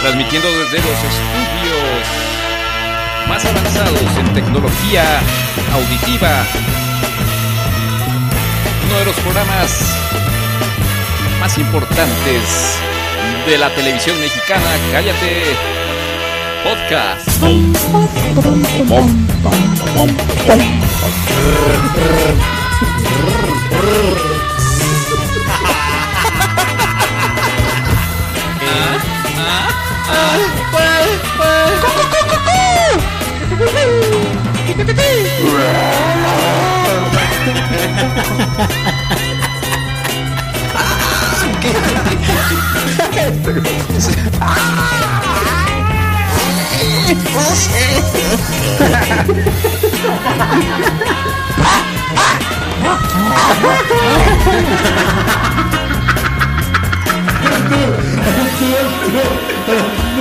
transmitiendo desde los estudios más avanzados en tecnología auditiva. Uno de los programas más importantes de la televisión mexicana, Cállate Podcast.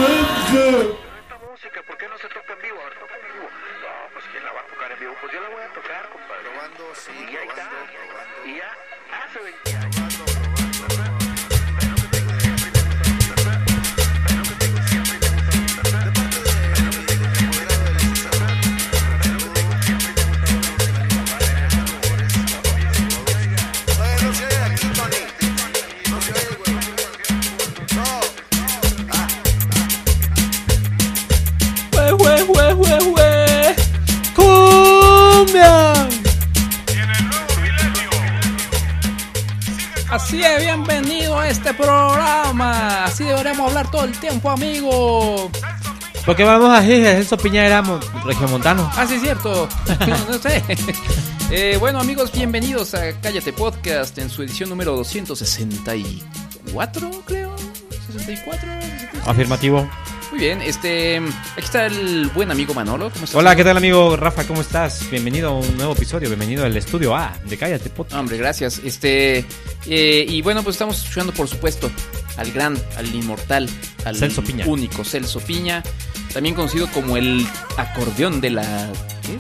esta música, ¿por qué no se toca en vivo? A ver, toca en vivo. No, pues ¿quién la va a tocar en vivo? Pues yo la voy a tocar, compadre. Probando, sí, y ahí está. Y ya, hace 20 años. Oye, no se oye aquí, Tony. No se oye, güey. No. Hue, hue, hue, hue, hue. ¡Cumbia! Así es, bienvenido a este programa. Así deberemos hablar todo el tiempo, amigo. Porque vamos a Celso Piña era mon- regiomontano. Ah, sí, es cierto. no sé. Eh, bueno, amigos, bienvenidos a Cállate Podcast en su edición número 264, creo. 64, 65. Afirmativo. Muy bien, este. Aquí está el buen amigo Manolo. ¿Cómo estás? Hola, ¿qué tal amigo Rafa? ¿Cómo estás? Bienvenido a un nuevo episodio, bienvenido al estudio A de Cállate Podcast. Hombre, gracias. Este eh, y bueno, pues estamos escuchando, por supuesto, al gran, al inmortal, al Celso Piña. único Celso Piña, también conocido como el acordeón de la ¿qué?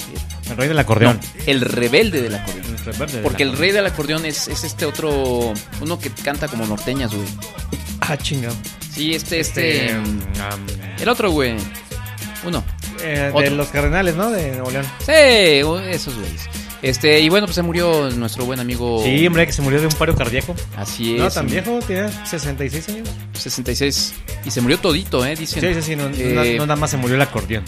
El rey del acordeón. No, el rebelde del acordeón. El rebelde del Porque el acordeón. rey del acordeón es, es este otro, uno que canta como norteñas, güey. Ah, chingado. Sí, este, este, Eh, el otro, güey. Uno. eh, de otro. los cardenales, ¿no? De Nuevo León. Sí, esos güeyes. Este, y bueno, pues se murió nuestro buen amigo. Sí, hombre, que se murió de un paro cardíaco. Así es. No, tan hombre. viejo, tiene 66 años. 66. Y se murió todito, ¿eh? Dicen. Sí, sí, sí, no, no- Eh, no nada más se murió el acordeón.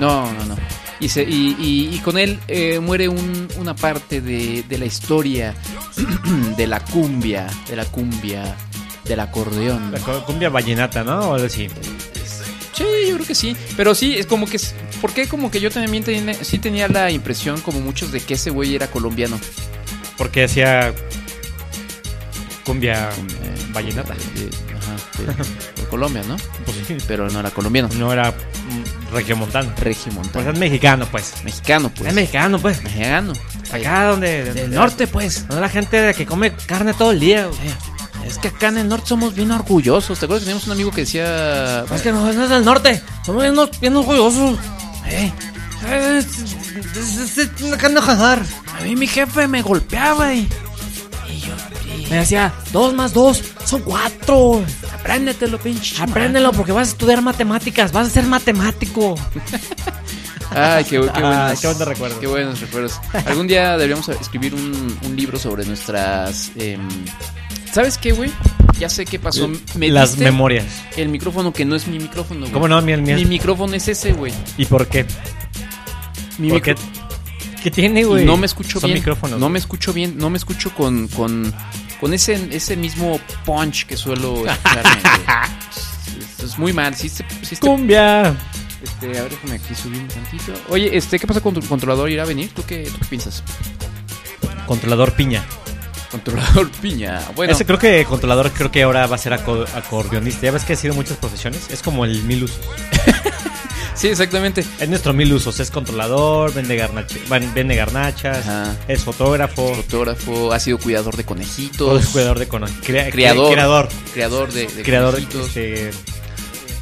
No, no, no. Y, se- y, y- y con él eh, muere un- una parte de, de la historia de la cumbia, de la cumbia, del acordeón. La co- cumbia vallenata, ¿no? O algo así. Sí, yo creo que sí. Pero sí, es como que... es- Porque como que yo también tenía, sí tenía la impresión, como muchos, de que ese güey era colombiano. Porque hacía cumbia Eh, vallenata. eh, ajá, de- de Colombia, ¿no? Pues sí, Pero no era colombiano. no era mm, regiomontano. Pues Regimontano. es mexicano, pues. Mexicano, es pues. mexicano, pues. Mexicano. Acá donde. Del norte, pues. Donde la gente que come carne todo el día. güey. Es que acá en el norte somos bien orgullosos. ¿Te acuerdas que teníamos un amigo que decía... Es que no, no es del norte. Somos bien, or- bien orgullosos. "Eh, Es, es- es- es una carne jajar. a mí mi jefe me golpeaba y... Y yo... y- Me decía, dos más dos son cuatro. Apréndetelo, pinche. Apréndelo porque vas a estudiar matemáticas. Vas a ser matemático. Ay, qué, bu- qué Ah, buenos... qué buenos recuerdos. Qué buenos recuerdos. Algún día deberíamos escribir un, un libro sobre nuestras... em, ¿Sabes qué, güey? Ya sé qué pasó. Me Las diste memorias. El micrófono que no es mi micrófono, güey. ¿Cómo no? Mi, mi- Mi micrófono es ese, güey. ¿Y por qué? Mi ¿Por qué? micro- ¿Qué tiene, Y güey? no me escucho Son bien. micrófonos. No me escucho bien, no me escucho con con, con ese, ese mismo punch que suelo escucharme, güey. Es- Es muy mal, sí, se- sí este- Cumbia. este, a ver, déjame aquí subir un tantito. Oye, este, ¿qué pasa con tu controlador? ¿Irá a venir? ¿Tú qué, tú qué piensas? Controlador piña. Controlador piña. Bueno, Ese creo que controlador creo que ahora va a ser aco- acordeonista. Ya ves que ha sido muchas profesiones. Es como el mil usos. sí, exactamente. Es nuestro mil usos. Es controlador, vende, garnache- van- vende garnachas, Ajá. es fotógrafo, Fotógrafo, ha sido cuidador de conejitos. es cuidador de cono- crea- cre- Creador. creador, Creador de, de creador, conejitos. este,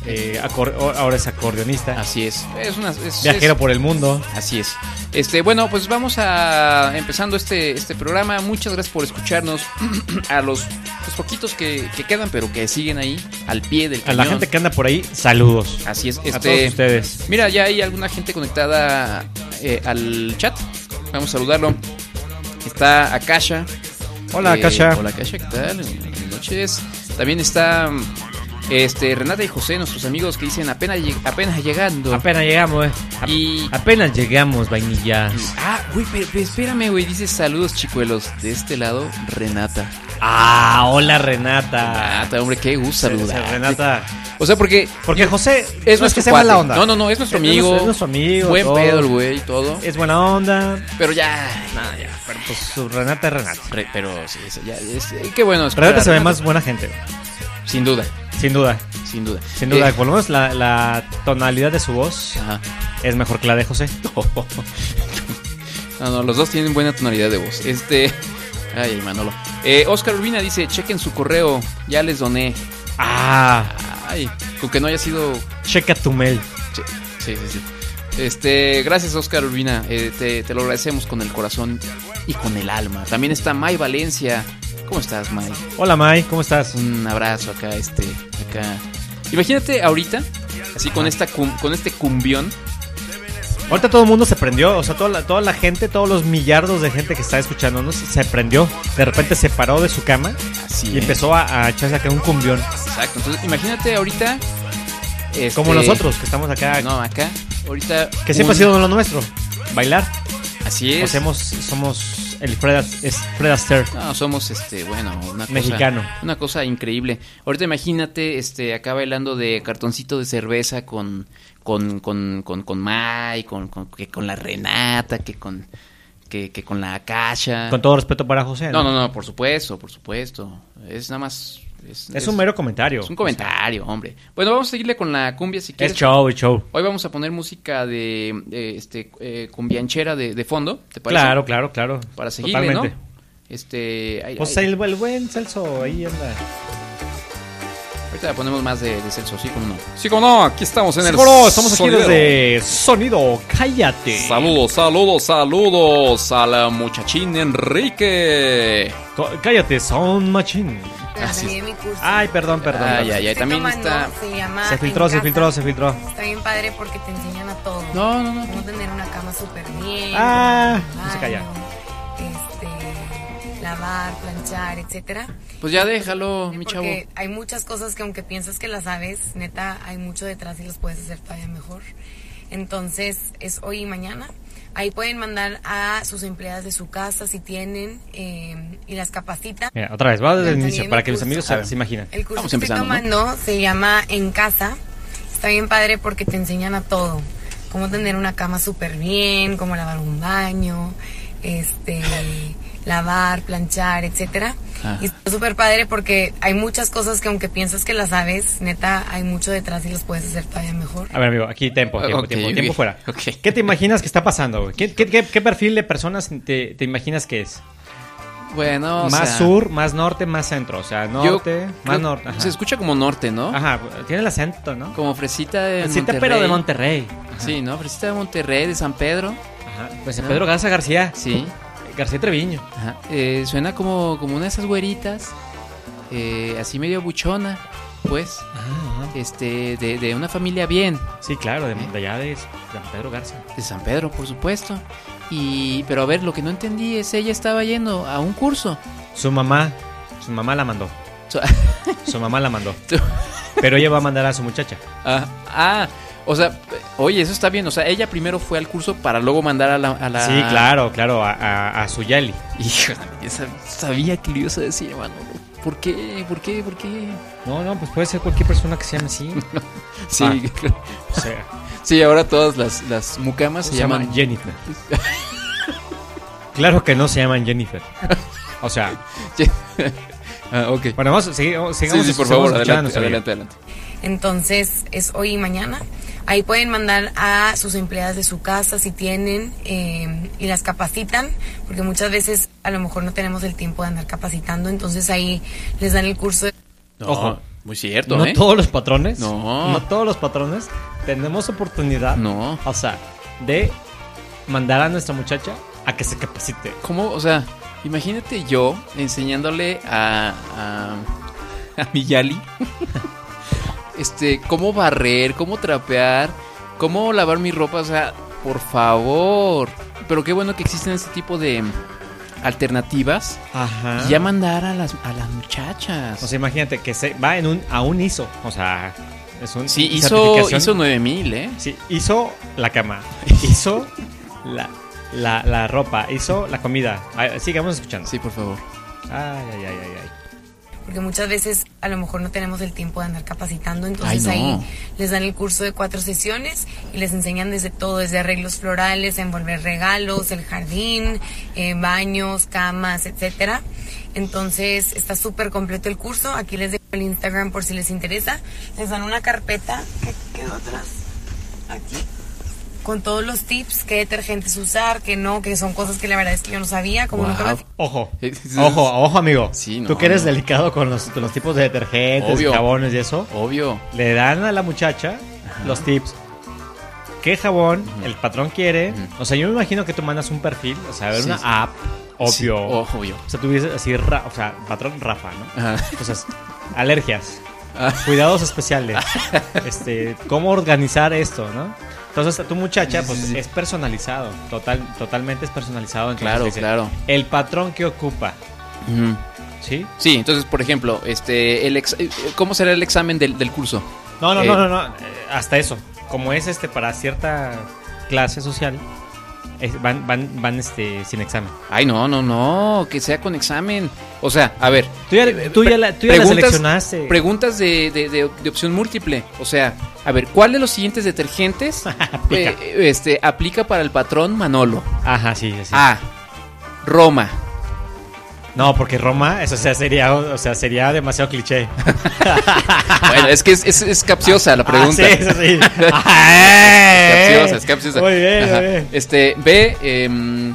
eh, acor- o- ahora es acordeonista, Así es. Es una. es- viajero es- por el mundo. Así es. Este, bueno, pues vamos a empezando este, este programa. Muchas gracias por escucharnos. a los, los poquitos que, que quedan, pero que siguen ahí, al pie del A cañón. la gente que anda por ahí, saludos. Así es. A todos Este, ustedes. mira, ya hay alguna gente conectada eh, al chat. Vamos a saludarlo. Está Akasha. Hola, Eh, Kasha. Hola, Kasha, ¿qué tal? Buenas noches. También está este, Renata y José, nuestros amigos que dicen apenas, lleg- apenas llegando. Apenas llegamos, eh. A- Y- Apenas llegamos, vainillas. Ah, güey, pero, pero espérame, güey. Dice saludos, chicuelos. De este lado, Renata. Ah, hola Renata. Renata, hombre, qué gusto saludar. Renata. O sea, porque Porque José es no es nuestro que sea cuate. mala onda. No, no, no, es nuestro amigo. Es nuestro amigo. Buen todo. pedo el güey y todo. Es buena onda. Pero ya, nada, ya. Pero pues su Renata es Renata. Re- pero sí, eso ya es- eh, qué bueno. escuchar Renata a se ve Renata. más buena gente. Sin duda, Sin duda. sin duda. Sin duda. Eh, por lo menos la, la tonalidad de su voz ajá. es mejor que la de José. No, no, los dos tienen buena tonalidad de voz. Este. Ay, Manolo. Eh, Oscar Urbina dice: chequen su correo, ya les doné. Ah, Ay, con que no haya sido checa tu mail. Sí, sí, sí. sí. Este, gracias Oscar Urbina, Eh, te, te lo agradecemos con el corazón y con el alma. También está May Valencia. ¿Cómo estás, May? Hola, Mai, ¿cómo estás? Un abrazo acá, este, acá. Imagínate ahorita, así con esta cum- con este cumbión. Ahorita todo el mundo se prendió, o sea, toda la, toda la gente, todos los millardos de gente que está escuchándonos se prendió. De repente se paró de su cama Así. y empezó a, a echarse acá un cumbión. Exacto. Entonces, imagínate ahorita. este, Como nosotros, que estamos acá, No, acá. Ahorita. que un- siempre ha sido lo nuestro, bailar. Así es. Hacemos, somos el Fred, Ast- es Fred Astaire. No, somos este, bueno, una cosa, Mexicano. Una cosa increíble. Ahorita imagínate, este, acá bailando de cartoncito de cerveza con con con con, con Mai, con, con que con la Renata, que con que, que con la Akasha. Con todo respeto para José. No, no, no, por supuesto, por supuesto. Es nada más es, Es un mero comentario. es un comentario, hombre. Bueno, vamos a seguirle con la cumbia si Es quieres. show, es show. Hoy vamos a poner música de, de, este eh, cumbianchera de, de fondo, ¿te parece? Claro, claro, claro. Para seguirle, ¿no? Este, ay, Pues ay. el, el buen Celso ahí anda. Ahorita le ponemos más de, de Celso, sí como no. Sí como no, aquí estamos en el Coro, estamos aquí sonidero. desde Sonido, cállate. Saludos, saludos, saludos a la muchachín Enrique. Co- Cállate, Sound Machine. Así Terminé mi curso. Ay, perdón, perdón. Ay, perdón. ay, ay, Se también toma, está... no, se llama Se en filtró, se casa. filtró, se filtró. Está bien padre porque te enseñan a todo. No, no, no. Cómo tener una cama súper bien. Ah, baño, no se calla. Este, lavar, planchar, etcétera. Pues ya Oh, déjalo, mi chavo. Porque hay muchas cosas que aunque piensas que las sabes, neta, hay mucho detrás y los puedes hacer todavía mejor. Entonces, es hoy y mañana. Ahí pueden mandar a sus empleadas de su casa si tienen eh, y las capacitan. Mira, otra vez, va desde el Terminé inicio, mi para que los curso. amigos A se, ver. se imaginen. El curso Vamos que estoy empezando, ¿no? tomando se llama En Casa. Está bien padre porque te enseñan a todo. Cómo tener una cama súper bien, cómo lavar un baño, este, lavar, planchar, etcétera. Ah. Y está súper padre porque hay muchas cosas que aunque piensas que las sabes, neta, hay mucho detrás y los puedes hacer todavía mejor. A ver, amigo, aquí tiempo, tiempo, Ok, tiempo, ok. tiempo fuera. Ok. ¿Qué te imaginas que está pasando? güey? ¿Qué, qué, qué- qué perfil de personas te, te imaginas que es? Bueno, o más sea, sur, más norte, más centro. O sea, yo norte, creo- más norte. Ajá. Se escucha como norte, ¿no? Ajá, tiene el acento, ¿no? Como fresita de Acento, Monterrey. pero de Monterrey. Ajá. Sí, ¿no? Fresita de Monterrey, de San Pedro. Ajá. Pues Pedro Garza García. Sí. García Treviño. Ajá. Eh, suena como, como una de esas güeritas, eh, así medio buchona, pues, Ah, este, de, de una familia bien. Sí, claro, de, de allá de, de San Pedro Garza. De San Pedro, por supuesto. Y, pero a ver, lo que no entendí es ella estaba yendo a un curso. Su mamá, su mamá la mandó. So- Su mamá la mandó. Tú- Pero ella va a mandar a su muchacha. ah, ah, o sea, oye, eso está bien. O sea, ella primero fue al curso para luego mandar a la. a la- Sí, claro, claro, a, a, a su Yali. Hijo, ya sab- sabía que le ibas a decir, hermano. ¿Por qué? ¿Por qué? ¿Por qué? No, no, pues puede ser cualquier persona que se llame así. Sí, O sea, sí ahora todas las, las mucamas se, Ah. se llaman. llaman Jennifer. Claro que no se llaman Jennifer. O sea, ah, ok. bueno, vamos, sigamos, Sí, sigamos sí, por sigamos favor, escuchando a adelante, nuestro amigo. adelante, adelante. Entonces es hoy y mañana. Ahí pueden mandar a sus empleadas de su casa si tienen eh, y las capacitan, porque muchas veces a lo mejor no tenemos el tiempo de andar capacitando, entonces ahí les dan el curso. Ojo, Muy cierto, no ¿eh? todos los patrones. No. todos los patrones. Tenemos oportunidad. No. O sea, de mandar a nuestra muchacha a que se capacite. ¿Cómo? O sea, imagínate yo enseñándole a. a, a mi Yali. este, cómo barrer, cómo trapear, cómo lavar mi ropa. O sea, por favor. Pero qué bueno que existen este tipo de alternativas. Ajá. Y ya mandar a las, a las muchachas. Ah. O sea, imagínate que se va en un, a un ISO. O sea, es un sí, hizo, certificación. hizo 9000, ¿eh? Sí, hizo la cama, hizo la, la, la ropa, hizo la comida. Ay, sigamos escuchando. Sí, por favor. Ay, ay, ay, ay, ay. porque muchas veces a lo mejor no tenemos el tiempo de andar capacitando, entonces Ay, no. ahí les dan el curso de cuatro sesiones y les enseñan desde todo, desde arreglos florales, envolver regalos, el jardín, eh, baños, camas, etcétera. Entonces está súper completo el curso. Aquí les dejo el Instagram por si les interesa. Les dan una carpeta que quedó atrás, aquí, con todos los tips, qué detergentes usar, qué no, que son cosas que la verdad es que yo no sabía, como nunca Guau. me Ojo, Es- ojo, ojo, amigo. Sí, no, Tú que eres no. delicado con los, con los tipos de detergentes, Obvio. jabones y eso, Obvio. le dan a la muchacha los tips. ¿Qué jabón el patrón quiere? O sea, yo me imagino que tú mandas un perfil, o sea, a ver Sí, una sí. app, obvio. Sí, oh, obvio. O sea, tú dices así, Ra- o sea, patrón Rafa, ¿no? Ajá. Entonces, alergias, Ah. cuidados especiales, este, cómo organizar esto, ¿no? Entonces, a tu muchacha, Sí, sí, pues sí. es personalizado, total, totalmente es personalizado. Entonces, Claro, te dice, claro. El patrón que ocupa, Ujú. ¿sí? Sí, entonces, por ejemplo, este, el ex- eh, ¿cómo será el examen del, del curso? No, no, Eh. no, no, no, eh, hasta eso. Como es este para cierta clase social, es- van, van, van este, sin examen. Ay, no, no, no, que sea con examen. O sea, a ver. Tú ya, tú ya la, tú ya la Eh, preguntas- seleccionaste. Preguntas de, de- de- de opción múltiple. O sea, a ver, ¿cuál de los siguientes detergentes Aplica. eh, eh, este, aplica para el patrón Manolo? Ajá, sí, sí. A. Roma. No, porque Roma, eso o sea, sería, o sea, sería demasiado cliché. Ah, Bueno, es que es, es- es capciosa la pregunta. Ah, sí, eso sí. Ah, eh. Capciosa, es capciosa. Muy bien, Ajá. muy bien. Este, B. em, eh,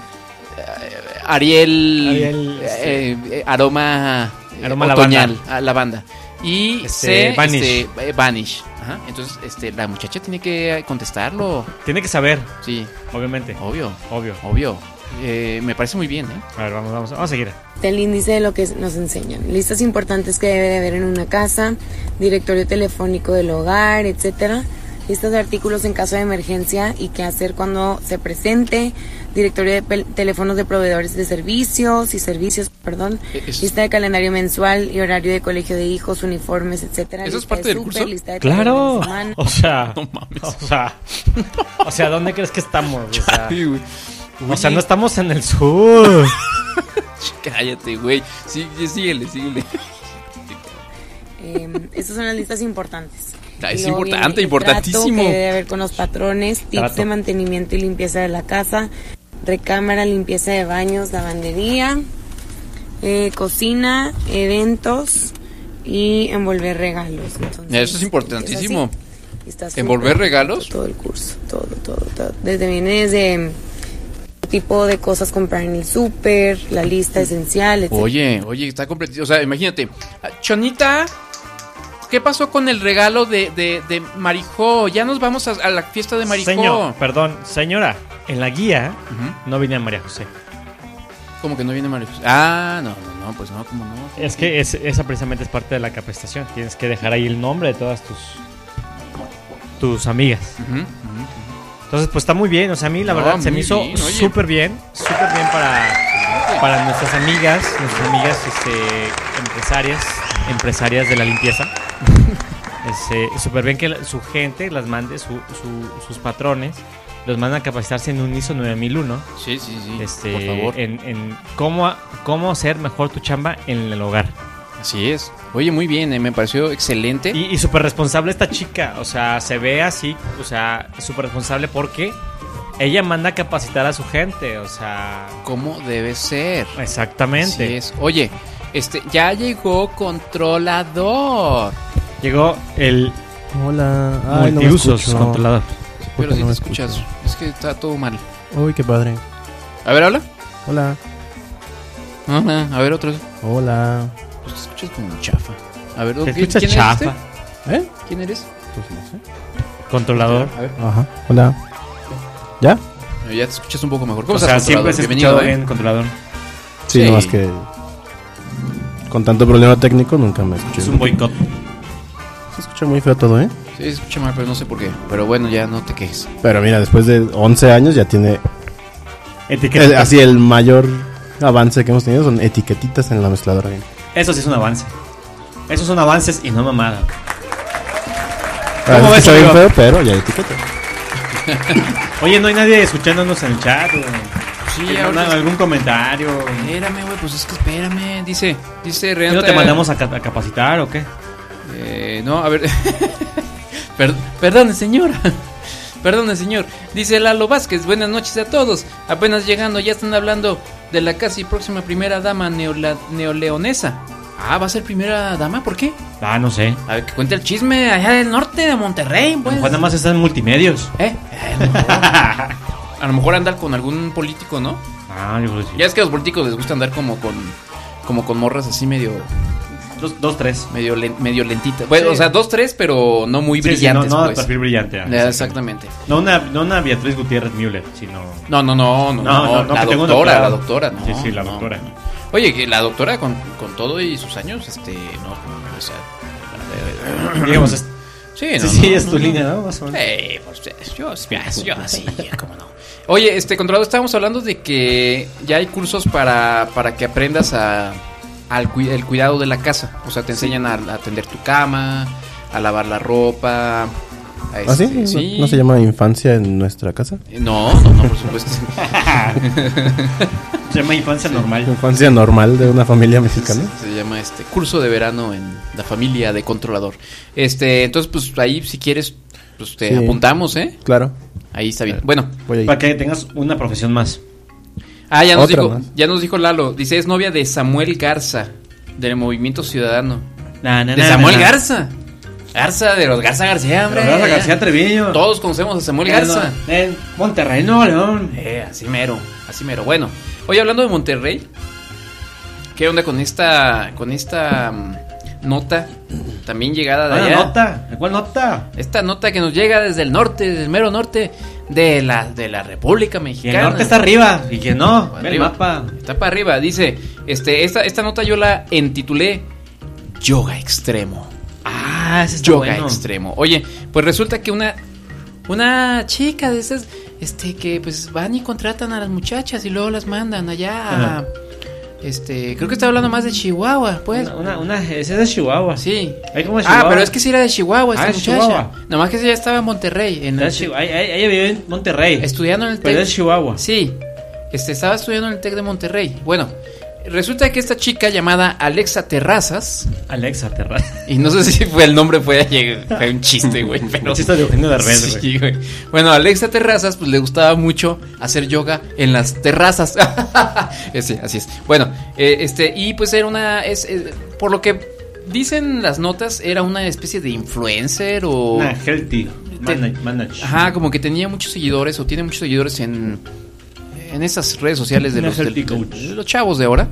Ariel. Ariel, este, eh, eh, aroma. eh, Aroma otoñal, ah, lavanda. Y Este, C. Vanish. este, eh, Vanish. Ajá. Entonces, este, la muchacha tiene que eh, contestarlo. Tiene que saber, Sí, obviamente. obvio, Obvio. obvio. Eh, me parece muy bien, ¿eh? A ver, vamos, vamos, vamos a seguir. Está el índice de lo que nos enseñan, listas importantes que debe de haber en una casa, directorio telefónico del hogar, etcétera, listas de artículos en caso de emergencia y qué hacer cuando se presente, directorio de pel- teléfonos de proveedores de servicios y servicios, perdón, Eh, eso es- lista de calendario mensual y horario de colegio de hijos, uniformes, etcétera. ¿Eso es lista parte de del súper, curso? lista de Claro. tareas Este de la semana. O sea, No mames. O sea, o sea, ¿dónde crees que estamos? O sea, güey. o sea, no estamos en el sur. Cállate, güey. Sí, sí, síguele, síguele. Eh, estas son las listas importantes. Ah, es Y luego viene importante, el trato importantísimo. Que debe haber con los patrones, tips Trato. de mantenimiento y limpieza de la casa, recámara, limpieza de baños, lavandería, eh, cocina, eventos y envolver regalos. Entonces, Eso es importantísimo. es así. Y está súper ¿Envolver completo regalos? Todo el curso, todo, todo, todo. Desde viene desde mm, tipo de cosas comprar en el súper, la lista esencial, etc. Oye, oye, está completito. O sea, imagínate. Ah, Chonita, ¿qué pasó con el regalo de, de, de Marijó? Ya nos vamos a, a la fiesta de Marijó. Señor, perdón, señora, en la guía Ujú. no venía María José. ¿Cómo que no viene Marijó? Ah, no, no, no, pues no, ¿cómo no? Es que es- esa precisamente es parte de la capacitación. Tienes que dejar ahí el nombre de todas tus tus amigas. Ujú. Entonces, pues está muy bien. O sea, a mí la No, verdad se me muy hizo bien, oye. súper bien. Súper bien para, para nuestras amigas, nuestras amigas este, empresarias, empresarias de la limpieza. Este, Súper bien que la- su gente las mande, su- su- sus patrones, los mandan a capacitarse en un ISO 9001. Sí, sí, sí. Este, por favor. En, en cómo, a- cómo hacer mejor tu chamba en el hogar. Así es. Oye, muy bien, eh, me pareció excelente. Y, y súper responsable esta chica, o sea, se ve así, o sea, súper responsable porque ella manda a capacitar a su gente, o sea... ¿Cómo debe ser? Así Exactamente. es. Oye, este, ya llegó controlador. Llegó el Hola. Ay, no me multiusos escucho. controlador. ¿Por Pero si qué no te me escuchas, escucho? es que está todo mal. Uy, qué padre. A ver, habla. Hola. Ah, ah, a ver, otra vez. Hola. Pues te escuchas como chafa. A ver, Te ¿quién, escuchas quién chafa. eres? ¿Eh? este? ¿Quién eres? Pues no sé. Controlador. A ver, Ajá. Hola. ¿Ya? ya te escuchas un poco mejor. ¿Cómo O sea, estás, siempre controlador? se ha Bienvenido, escuchado ¿eh? bien controlador. Sí, Sí. nomás que. Con tanto problema técnico nunca me escuché. Es un boicot. Se escucha muy feo todo, ¿eh? Sí, se escucha mal, pero no sé por qué. Pero bueno, ya no te quejes. Pero mira, después de 11 años ya tiene. eh, Etiqueta. así el mayor avance que hemos tenido son etiquetitas en la mezcladora. Eso sí es un avance. Esos son avances y no mamada. ¿Cómo ves, está bien amigo? feo, pero ya hay etiqueta. Oye, no hay nadie escuchándonos en el chat. güey. Sí, ¿Algún- ahora... ¿Algún comentario? Espérame, güey, pues es que espérame. Dice, dice ¿Ya Renata... no te mandamos a, ca- a capacitar o qué? Eh, no, a ver. Per- perdone, señor. Perdone, señor. Dice Lalo Vázquez, buenas noches a todos. Apenas llegando, ya están hablando de la casi próxima primera dama neola- neoleonesa. Ah, ¿va a ser primera dama? ¿Por qué? Ah, no sé. A ver, que cuente el chisme allá del norte de Monterrey, pues. Juan nada más está en multimedios. ¿Eh? Eh, a lo mejor- A lo mejor andar con algún político, ¿no? Ah, yo creo que sí. Ya es que a los políticos les gusta andar como con, como con morras así medio, Dos, dos, tres. medio, len- medio lentitas. Bueno, Sí. o sea, dos, tres, pero no muy Sí, sí, brillantes, no, no, pues. perfil brillante. ah, Ya, exacto. Exactamente. No una, no una Beatriz Gutiérrez Müller, sino. No, no, no, no, no, la, que tenga un doctora, la doctora, doctorado. no, Sí, sí, la no. doctora. Oye, que la doctora con, con todo y sus años, este, no, o sea, eh, Digamos, es- sí, sí, no, sí, no, es no, tu no. línea, ¿no? Más o menos. Eh, pues, yo, yo, yo así, cómo no. Oye, este, controlado, estábamos hablando de que ya hay cursos para, para que aprendas a, al cui- el cuidado de la casa. O sea, te enseñan a, a tender tu cama, a lavar la ropa. a ¿Ah, sí? este, ¿No- sí. Eh, ¿No se llama infancia en nuestra casa? No, no, no, por supuesto. Se llama infancia normal. Infancia normal de una familia mexicana. Se llama este curso de verano en la familia de controlador. Este, entonces pues ahí si quieres pues te Sí. Eh. apuntamos, ¿eh? Claro. Ahí está bien. Bueno, Voy a ir. Para que tengas una profesión más. ah ya nos Otra dijo, más. ya nos dijo Lalo, dice es novia de Samuel Garza del Movimiento Ciudadano. Na, na, De na, Samuel na, na. Garza. Garza de los Garza García, hombre. Garza García Eh, Treviño. Todos conocemos a Samuel Garza. En Monterrey, no, León. Eh, así mero, así mero. Bueno, hoy hablando de Monterrey, ¿qué onda con esta con esta mm, nota también llegada de Una allá? nota. ¿De ¿Cuál nota? Esta nota que nos llega desde el norte, del mero norte de la, de la República Que el Mexicana. norte está arriba. Y que no. Ve el Arriba. mapa. Está para arriba. Dice, este, esta, esta nota yo la entitulé Yoga Extremo. Ah, ese está Yoga bueno. Extremo. Oye, pues resulta que una, una chica de esas, este, que pues van y contratan a las muchachas y luego las mandan allá a, Ajá. este, creo que está hablando más de Chihuahua, pues. Una, una, una- ese es de Chihuahua. Sí. Hay como de Ah, Chihuahua. pero es que sí era de Chihuahua esta Ah, es muchacha. Chihuahua. Nada más que ella estaba en Monterrey. En Está el- en Chihu- Ella ella vive en Monterrey. Estudiando en el Pero TEC. es Chihuahua. Sí, este, estaba estudiando en el TEC de Monterrey. Bueno, resulta que esta chica llamada Alexa Terrazas, Alexa Terrazas. y no sé si fue el nombre, fue, fue un chiste, güey, pero... Un chiste de Eugenio Derbez, güey. Sí, güey. Bueno, a Alexa Terrazas, pues le gustaba mucho hacer yoga en las terrazas. Sí, así es. Bueno, eh, este, y pues era una. Es, eh, por lo que dicen las notas, era una especie de influencer o. Una healthy manage. manage. Ajá, como que tenía muchos seguidores o tiene muchos seguidores en, en esas redes sociales de Una los, del- healthy de- coach. de los chavos de ahora.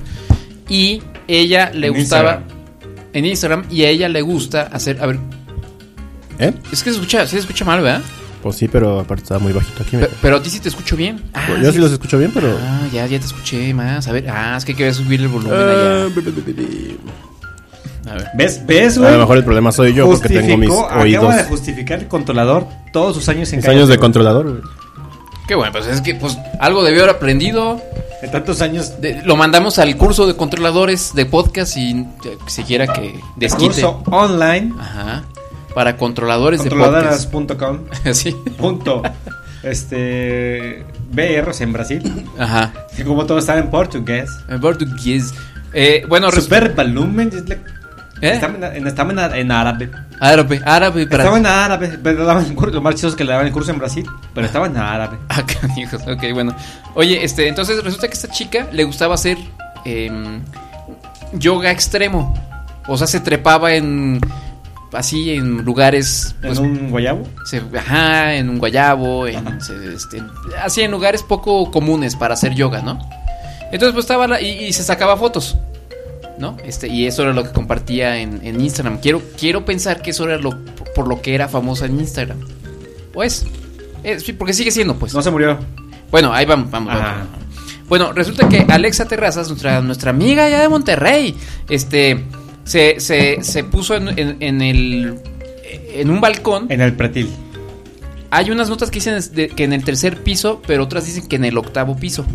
Y ella le En gustaba Instagram. en Instagram y a ella le gusta hacer... A ver, ¿Eh? es que se escucha, sí se escucha mal, ¿verdad? Pues sí, pero aparte está muy bajito aquí. Pe- mira. Pero, a ti sí te escucho bien. Ah, Yo sí los escucho bien, pero. Ah, ya, ya te escuché más. A ver, ah, es que quería subir el volumen Ah, allá. bi- bi- bi- bi- A ver. ¿Ves? ¿Ves, güey? A lo mejor el problema soy yo porque tengo mis Justificó- oídos. Acaba de justificar el controlador todos sus años en Mis años de Cállate, controlador. güey. Qué bueno, pues es que pues algo debió haber aprendido. güey. De tantos años De- lo mandamos al curso de controladores de podcast y eh, siquiera que de desquite. curso online. Ajá. Para controladores de podcast. Controladoras.com. sí. Punto. Este. BRs en Brasil. Ajá. Que como todo está en portugués. En portugués. Eh, bueno, res- Super volumen. es la- ¿Eh? Estaba en- en- estaba en, en árabe. árabe, árabe para. Estaba en árabe. Pero daban el curso. Lo más chistoso es que le daban el curso en Brasil. Pero estaba en árabe. Ah, canijos, ok, bueno. Oye, este, entonces resulta que a esta chica le gustaba hacer em, yoga extremo. O sea, se trepaba en. así en lugares. Pues, en un guayabo. se- ajá, en un guayabo, en, se- este, así en lugares poco comunes para hacer yoga, ¿no? Entonces, pues estaba la- y, y se sacaba fotos. ¿no? Este, y eso era lo que compartía en, en Instagram. Quiero, quiero pensar que eso era lo, por lo que era famosa en Instagram. Pues, eh, sí, porque sigue siendo, pues. No se murió. Bueno, ahí vamos, vamos, Ajá. vamos. Bueno, resulta que Alexa Terrazas, nuestra, nuestra amiga allá de Monterrey, este, se, se, se puso en, en- en el... En un balcón En el pretil. hay unas notas que dicen de- que en el tercer piso, pero otras dicen que en el octavo piso.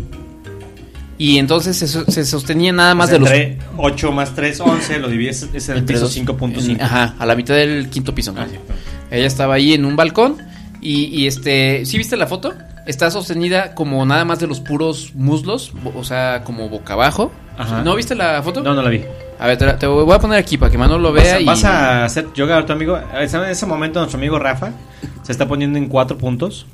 Y entonces se, so- se sostenía nada más de Pues los entre 8 más 3, 11, lo divides, es el entre piso dos. 5.5. Eh, Ajá, a la mitad del quinto piso. ¿no? Ah, cierto. Ella estaba ahí en un balcón y, y, este, ¿sí viste la foto? Está sostenida como nada más de los puros muslos, bo- o sea, como boca abajo. Ajá. ¿No viste la foto? No, no la vi. A ver, te, la- te voy a poner aquí para que Manuel lo ¿Vas, vea a- y vas a hacer yoga a tu amigo? En ese momento nuestro amigo Rafa se está poniendo en 4 puntos.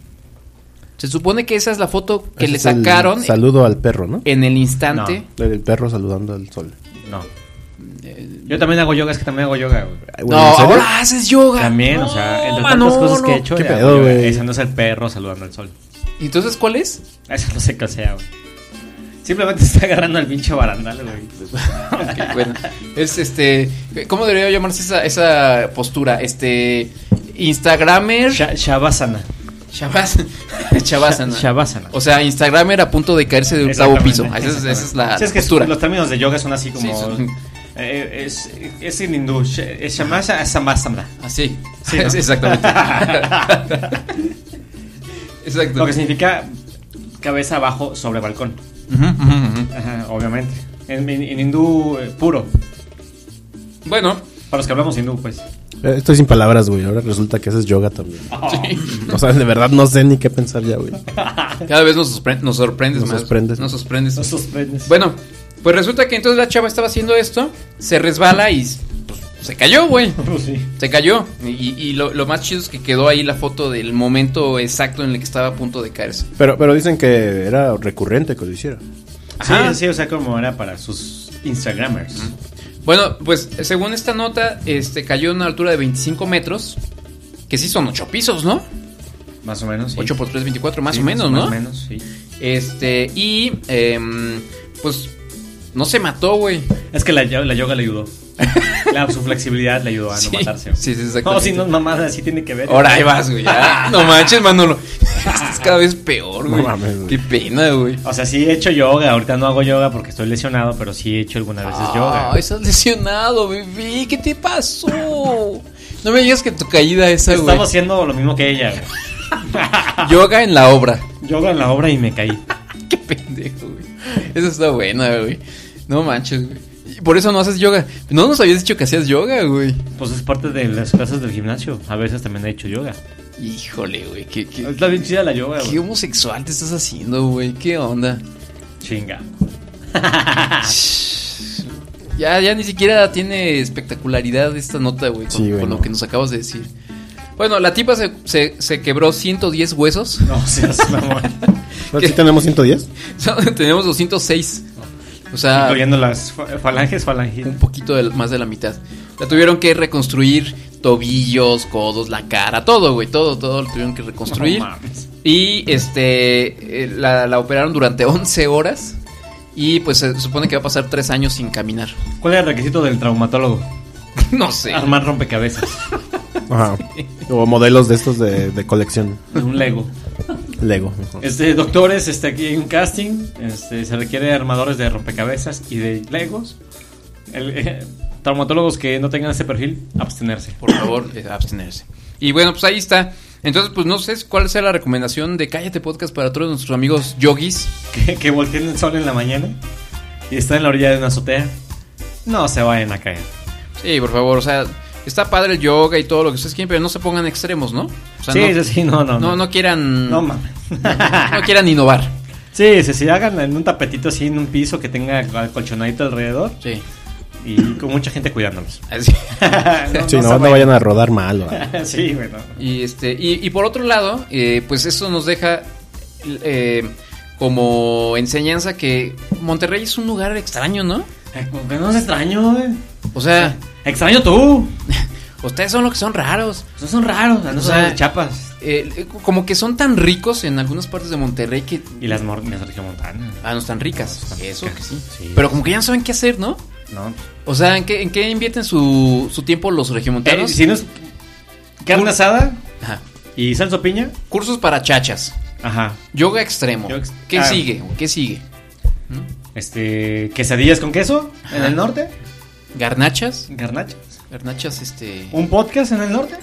se supone que esa es la foto que Ese le es el sacaron Saludo al perro, ¿no? en el instante. No. El perro saludando al sol. No. Eh, Yo también hago yoga, es que también hago yoga, güey. No, Ay, güey, ¿en serio? ahora haces yoga. También, o sea, entre tantas Manolo. cosas que he hecho, ¿Qué ya hago pedo, yoga. güey? esa no es el perro saludando al sol. Entonces, ¿cuál es? Esa no sé qué sea, güey. Simplemente está agarrando al pinche barandal, güey. Ok, bueno, es este, ¿cómo debería llamarse esa, esa postura? Este, Instagramer. Sha- Shavasana. Chavaz, Chavazana. Sha- Shavasana. O sea, Instagram era a punto de caerse de octavo piso. Esa es, esa es la Sí, es que postura. Los términos de yoga son así como. Sí, son- eh, es, es en hindú. sh- Es shamasa, es samasana. Así. Sí, ¿no? Ah, Sí, exactamente. Exacto. Lo que significa cabeza abajo sobre balcón. Ujú, ujú, ujú. Ajá, obviamente. En, en- en hindú eh, puro. Bueno, Para los que hablamos hindú, pues. Eh, Estoy sin palabras, güey. Ahora resulta que haces yoga también. sí, O sea, de verdad no sé ni qué pensar ya, güey. cada vez nos, sorpre- nos sorprendes Nos más. sorprendes. Nos sorprendes. No sorprendes. Bueno, pues resulta que entonces la chava estaba haciendo esto, se resbala y pues, se cayó, güey. Pues sí. Se cayó. Y, y lo, lo más chido es que quedó ahí la foto del momento exacto en el que estaba a punto de caerse. Pero, pero dicen que era recurrente que lo hiciera. Ajá. Sí, sí, o sea, como era para sus Instagramers. Bueno, pues según esta nota, este cayó a una altura de 25 metros, que sí son 8 pisos, ¿no? Más o menos. sí. 8 por 3, 24, más Sí, o menos, más ¿no? o menos, sí. Este, y em, pues no se mató, güey. Es que la, yo- la yoga le ayudó. La, su flexibilidad le ayudó a Sí, no matarse. sí, sí, exactamente. No, si no es mamada, así tiene que ver. Ahora ahí vas, güey. ya. No manches, Manolo. Esto es cada vez peor, No güey. mames, güey. Qué pena, güey. O sea, sí he hecho yoga. Ahorita no hago yoga porque estoy lesionado, pero sí he hecho algunas veces yoga. Ah, estás lesionado, bebé. ¿Qué te pasó? No me digas que tu caída esa, Estamos güey. haciendo lo mismo que ella. güey. Yoga en la obra. Yoga en la obra y me caí. Qué pendejo, güey. Eso está buena, güey. No manches, güey. Y Por eso no haces yoga. No nos habías dicho que hacías yoga, güey. Pues es parte de las clases del gimnasio. A veces también he hecho yoga. Híjole, güey. Qué, qué, Está bien chida la yoga, qué güey. homosexual te estás haciendo, güey. ¿Qué onda? Chinga. Ya, ya ni siquiera tiene espectacularidad esta nota, güey. Con, Sí, güey, con lo no. que nos acabas de decir. Bueno, la tipa se, se, se quebró 110 huesos. No seas mamón. ¿No ¿Qué? sí tenemos 110? Solo Tenemos 206. O sea, Incluyendo las fa- falanges, un falangitas. poquito de- más de la mitad. La tuvieron que reconstruir tobillos, codos, la cara, todo, güey, todo, todo lo tuvieron que reconstruir. No mames. y este, eh, la, la operaron durante 11 horas y pues se supone que va a pasar 3 años sin caminar. ¿Cuál era el requisito del traumatólogo? No sé. Armar rompecabezas. Ajá. O modelos de estos de, de colección. De un Lego. Lego. Este, doctores, este, aquí hay un casting. Este, se requiere de armadores de rompecabezas y de legos. El- eh, traumatólogos que no tengan ese perfil, abstenerse. Por favor, eh, abstenerse. Y bueno, pues ahí está. Entonces, pues no sé cuál sea la recomendación de Cállate Podcast para todos nuestros amigos yogis. Que, que volteen el sol en la mañana y están en la orilla de una azotea. No se vayan a caer. Sí, por favor, o sea, está padre el yoga y todo lo que ustedes quieren, pero no se pongan extremos, ¿no? O sea, sí, no- sí, sí, no, no. No, no quieran. No, mames. no quieran innovar. Sí, sí, sí, hagan en un tapetito así, en un piso que tenga colchonadito alrededor Sí. y con mucha gente cuidándolos. Así. Sí, se no, no vayan a rodar mal. o algo. sí, bueno. Y este. Y, y por otro lado, eh, pues eso nos deja eh, como enseñanza que Monterrey es un lugar extraño, ¿no? Como que no es extraño, güey. O sea, Extraño tú. ustedes son los que son raros. No son raros, no O sea, son de chapas. Eh, como que son tan ricos en algunas partes de Monterrey que. Y las mor- las regiomontanas. Ah, no están ricas. Están Eso ricas, que sí. sí. Pero como que ya no saben qué hacer, ¿no? ¿no? O sea, ¿en qué, en qué invierten su, su tiempo los Eh, regiomontanos? si no es carne asada Ajá. y salsa piña, Cursos para chachas. ajá. Yoga extremo. Yoga ex- ¿Qué ah. sigue? güey? ¿Qué sigue? Este, quesadillas con queso en el norte, ¿Garnachas? garnachas, Garnachas, este. un podcast en el norte.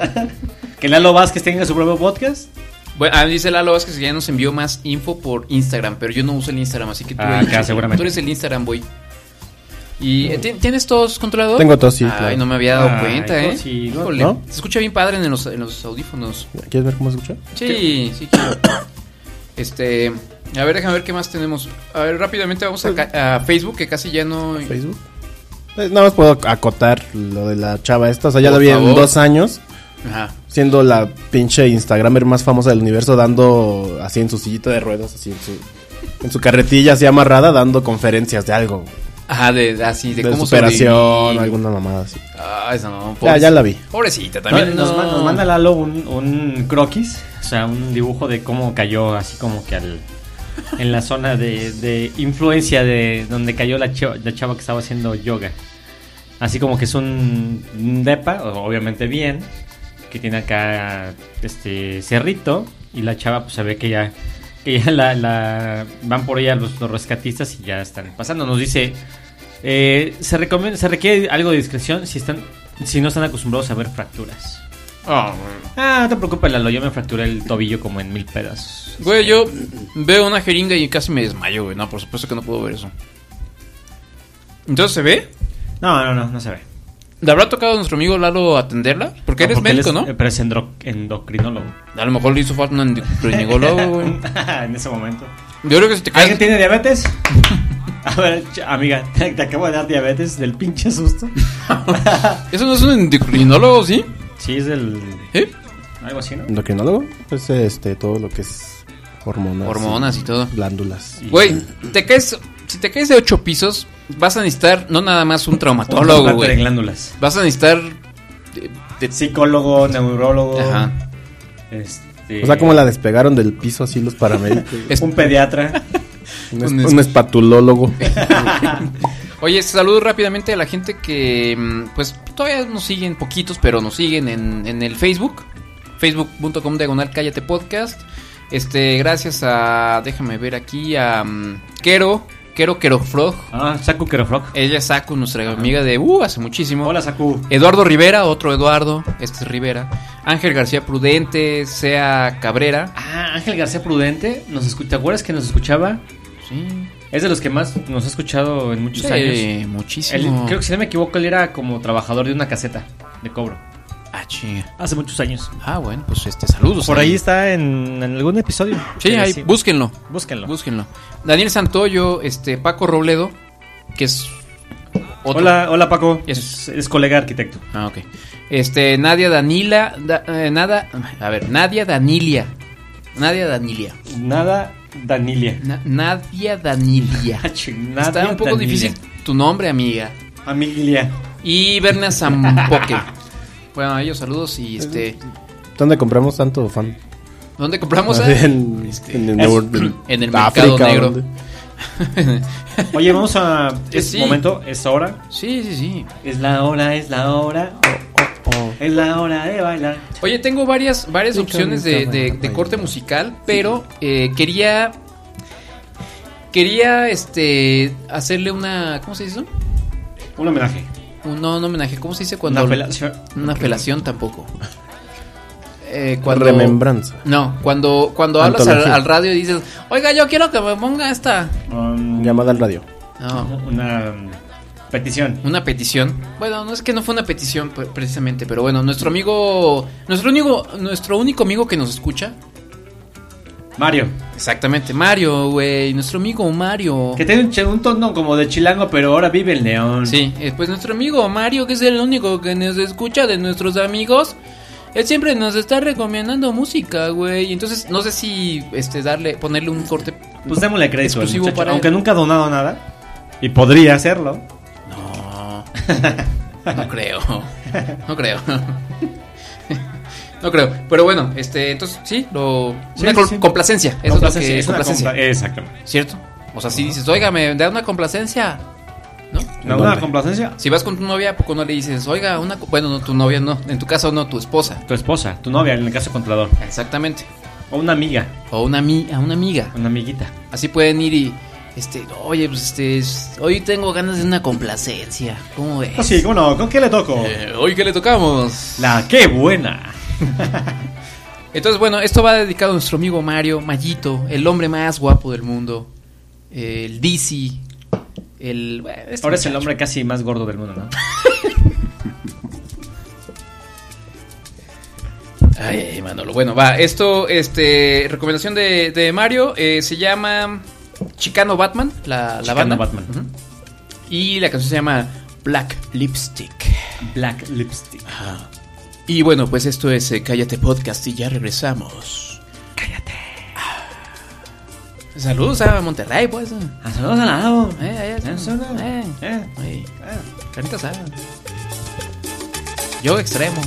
que Lalo Vázquez tenga su propio podcast. Bueno, ah, dice Lalo Vázquez que ya nos envió más info por Instagram, pero yo no uso el Instagram, así que tú, Ah, eres, acá, seguramente. tú eres el Instagram boy. ¿Y eh, ti- tienes todos controlados? Tengo tos, sí, Ay, claro. no me había dado Ay, cuenta, ¿eh? tos, sí, no, Híjole, ¿no? Se escucha bien padre en los, en los audífonos. ¿Quieres ver cómo se escucha? Sí, sí quiero. Este, a ver, déjame ver qué más tenemos. A ver, rápidamente vamos a, ca- a Facebook, que casi ya no... Facebook. Eh, Nada más puedo acotar lo de la chava esta. O sea, ya Por la vi en favor. dos años. Ajá. Siendo la pinche Instagramer más famosa del universo, dando así en su sillita de ruedas, así en su, en su carretilla, así amarrada, dando conferencias de algo. Ajá, de, así, de, De, cómo superación, sobrevivir. alguna mamada así. Ah, esa no, Ya, ya la vi. Pobrecita, también. Nos, no. manda, nos manda Lalo un, un croquis, o sea, un dibujo de cómo cayó así como que al en la zona de, de influencia de donde cayó la, cho- la chava que estaba haciendo yoga. Así como que es un un depa, o- obviamente bien, que tiene acá este cerrito y la chava pues se ve que ya que ya la, la- van por ella los, los rescatistas y ya están pasando. Nos dice eh, se recomienda se requiere algo de discreción si están si no están acostumbrados a ver fracturas. Ah, no te preocupes, Lalo, yo me fracturé el tobillo como en mil pedazos. Güey, yo veo una jeringa y casi me desmayo, güey. No, por supuesto que no puedo ver eso. Entonces, ¿se ve? No, no, no, no se ve. ¿Le habrá tocado a nuestro amigo Lalo atenderla? Porque No, eres porque él médico, es- ¿no? eh, Pero es endro- endocrinólogo. A lo mejor le hizo falta un endocrinólogo, güey. en ese momento. Yo creo que si te ¿Alguien caes... tiene diabetes? A ver, ch- amiga, te, te acabo de dar diabetes del pinche susto. Eso no es un endocrinólogo, ¿sí? sí, es del. ¿Eh? Algo así, ¿no? Endocrinólogo es este, todo lo que es hormonas. Hormonas y todo. Glándulas. Güey, te caes... Si te caes de ocho pisos, vas a necesitar no nada más un Un traumatólogo, trasplante de güey. glándulas. Vas a necesitar... Psicólogo, neurólogo. Ajá. Este, O sea, como la despegaron del piso así los paramédicos. Es- Un pediatra. un, es- Un es- un espatulólogo. Oye, saludos rápidamente a la gente que, mm, pues, todavía nos siguen poquitos, pero nos siguen en, en el Facebook. Facebook.com diagonal cállate podcast. Este, gracias a, déjame ver aquí, a mm, Kero, Kero Kero Frog. ah, Saku Kerofrog. Ella es Saku, nuestra amiga de, uh, hace muchísimo. Hola, Saku. Eduardo Rivera, otro Eduardo, este es Rivera. Ángel García Prudente, Sea Cabrera. Ah, Ángel García Prudente. Nos escu- ¿Te acuerdas que nos escuchaba? Sí, Es de los que más nos ha escuchado en muchos sí, años. Él- muchísimo. creo que si no me equivoco, él era como trabajador de una caseta de cobro. Ah, chinga. Hace muchos años. Ah, bueno, pues este, saludos. Por a- ahí está en, en algún episodio. Sí, ahí, búsquenlo. búsquenlo. Búsquenlo. Daniel Santoyo, este Paco Robledo, que es otro. Hola, hola Paco. Es- Es, es colega arquitecto. Ah, ok. Este, Nadia Danila, da- eh, nada, a ver, Nadia Danilia. Nadia Danilia. Nada, Danilia. Na- Nadia Danilia. Ah, ching, nada, Está un poco Danilia. difícil tu nombre, amiga. Amilia. Y Berna Zampoque. bueno, a ellos saludos y este, ¿Dónde compramos tanto fan? ¿dónde compramos? Así eh? en, Este, en el, es- Nuevo- en en el mercado negro. ¿dónde? Oye, vamos a. Es Sí. momento, es hora. sí, sí, sí. Es la hora, es la hora. Es la hora de bailar. Oye, tengo varias, varias opciones de, de- de corte musical, pero eh, quería. Quería este hacerle una. ¿Cómo se dice eso? Un homenaje. Un- No, un homenaje. ¿Cómo se dice cuando.? Una apelación. Una apelación tampoco. Eh, cuando, Remembranza. No, cuando, cuando hablas al, Antología. al radio y dices, oiga, yo quiero que me ponga esta. Um, Llamada al radio. No, Una um, petición. una petición. Bueno, no es que no fue una petición pre- precisamente, pero bueno, nuestro amigo. Nuestro único, nuestro único amigo que nos escucha, Mario. Exactamente, Mario, güey, nuestro amigo Mario. Que tiene un, ch- un tono como de chilango, pero ahora vive en León. Sí, eh, pues nuestro amigo Mario, que es el único que nos escucha de nuestros amigos, él siempre nos está recomendando música, güey. Entonces, no sé si este darle ponerle un corte. Pues démosle crédito. al Exclusivo muchacho, para aunque él. nunca ha donado nada. Y podría hacerlo. No. No creo. No creo. No creo, pero bueno, este, entonces sí, lo Sí, una sí, col- sí. complacencia, eso Complacencia, es lo que una eh, complacencia, compla- Exactamente. ¿cierto? O sea, si dices, "Oiga, me da una complacencia." ¿No? ¿No una complacencia? Si vas con tu novia, ¿a poco no le dices, oiga, una... co- Bueno, no, tu novia no, en tu caso no, tu esposa. Tu esposa, tu novia, en el caso controlador. Exactamente. O una amiga, O una, ami- a una amiga. una amiguita. Así pueden ir y, este, oye, pues, este, es- hoy tengo ganas de una complacencia. ¿Cómo ves? Así, ¿cómo no? ¿Con qué le toco? Eh, hoy que le tocamos. La qué buena. Entonces, bueno, esto va dedicado a nuestro amigo Mario, Mayito, el hombre más guapo del mundo, el DC, el... bueno, este Ahora es el muchacho. hombre casi más gordo del mundo, ¿no? Ay, ay, Manolo. Bueno, va, esto, este, recomendación de, de Mario, eh, se llama Chicano Batman, la, la Chicano banda. Batman. Ujú. Y la canción se llama Black Lipstick. Black Lipstick. Y bueno, pues esto es eh, Cállate Podcast y ya regresamos. Cállate. Saludos a Monterrey, pues. Eh, Ah, Saludos a la Avo. allá Eh, estamos. saludos. Eh, Eh, eh, eh. carnita asada. Yo extremo.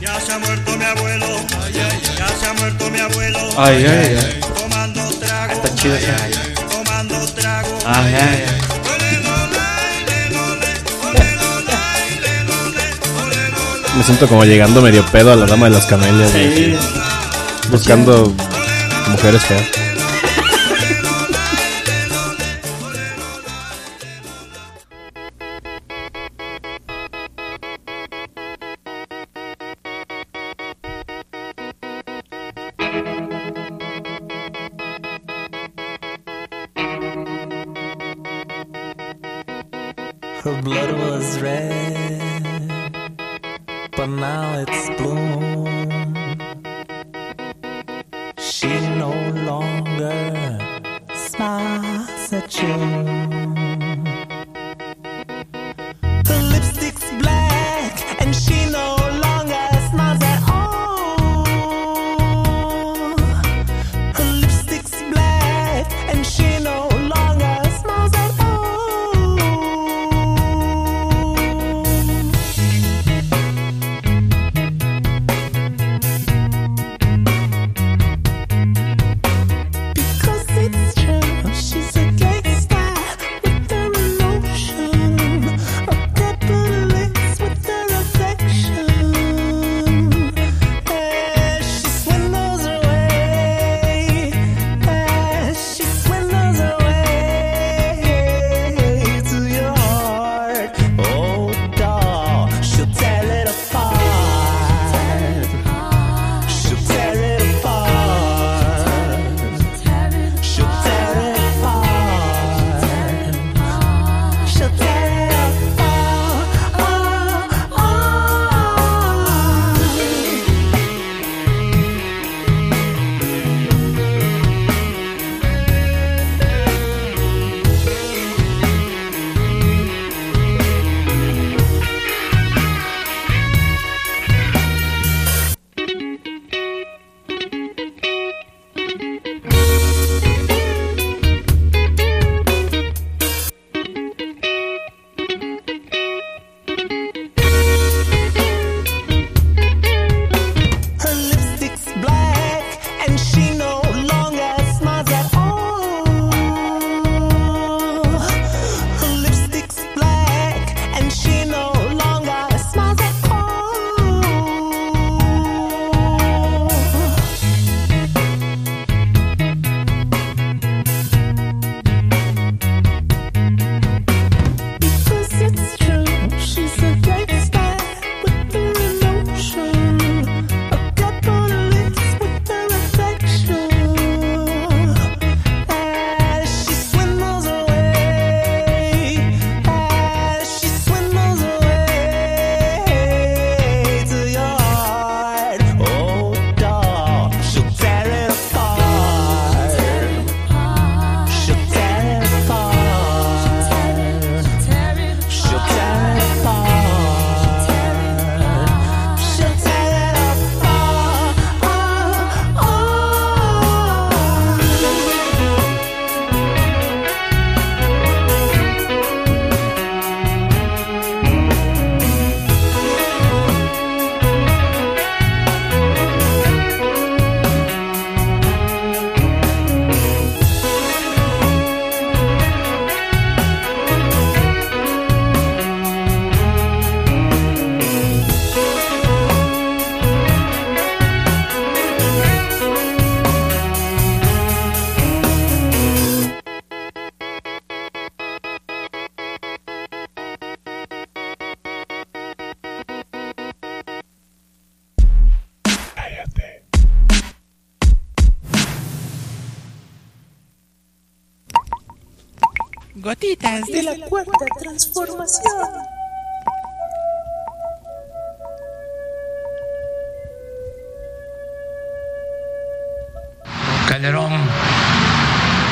Ya se ha muerto mi abuelo, ya se ha muerto mi abuelo, Ay, ay, ay. tomando Ah, trago, Está chido ese. tomando trago. Ay, ay, ay. Me siento como llegando medio pedo a la dama de las camelias. güey. Sí. Buscando mujeres feas. Her blood was red, but now it's blue. She no longer smiles at you. Her lipstick's black, and she no longer smiles at all. Her lipstick's black, and she no longer smiles at all. Because it's true, she's a gangster with Oh, Oh, Gotitas de la cuarta transformación. Calderón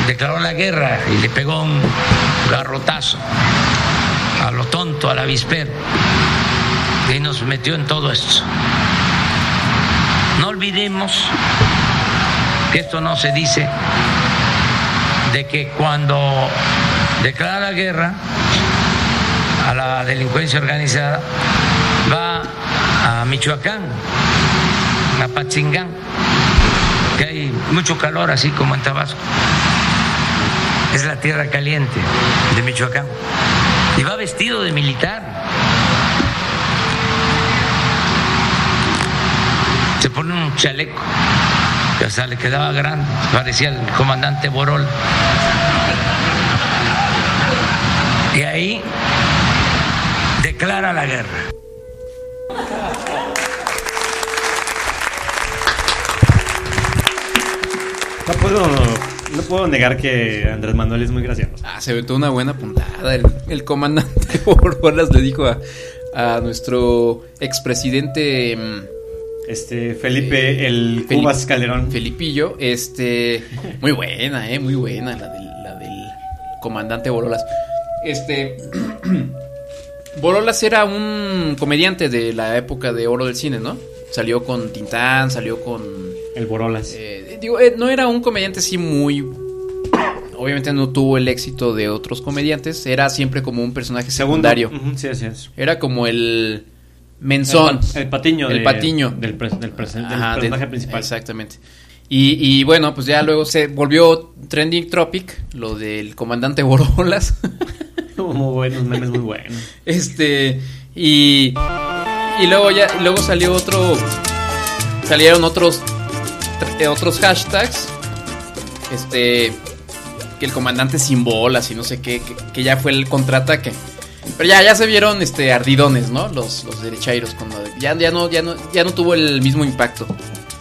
declaró la guerra y le pegó un garrotazo a lo tonto, a la avispero y nos metió en todo esto. No olvidemos que esto no se dice de que cuando declara la guerra a la delincuencia organizada va a Michoacán, a Patzingán, que hay mucho calor así como en Tabasco. Es la tierra caliente de Michoacán. Y va vestido de militar. Se pone un chaleco que hasta le quedaba grande, parecía el comandante Borol. Y ahí declara la guerra. No puedo, no puedo negar que Andrés Manuel es muy gracioso. Ah, se aventó una buena puntada. El, el comandante Borbolas le dijo a, a nuestro expresidente mm, Este, Felipe, el Felipe- Cubas Calderón. Felipillo, este, muy buena, eh, muy buena la del, la del comandante Borolas. Este, Borolas era un comediante de la época de oro del cine, ¿no? Salió con Tintán, salió con El Borolas. eh, digo, eh, no era un comediante así muy. Obviamente no tuvo el éxito de otros comediantes. Era siempre como un personaje Segundo. secundario. Ujú, sí, así es. Era como el. Menzón. El, pa- el patiño. El de- patiño. Del, pres- del pres- del Ajá, personaje de- principal. Exactamente. Y, y bueno, pues ya luego se volvió trending tropic lo del comandante Borolas. Muy buenos memes, muy buenos. Este y y luego ya luego salió otro salieron otros eh, otros hashtags este que el comandante sin bolas y no sé qué que, que ya fue el contraataque. Pero ya ya se vieron este ardidones, ¿no? Los los derechairos cuando ya ya no ya no ya no tuvo el mismo impacto.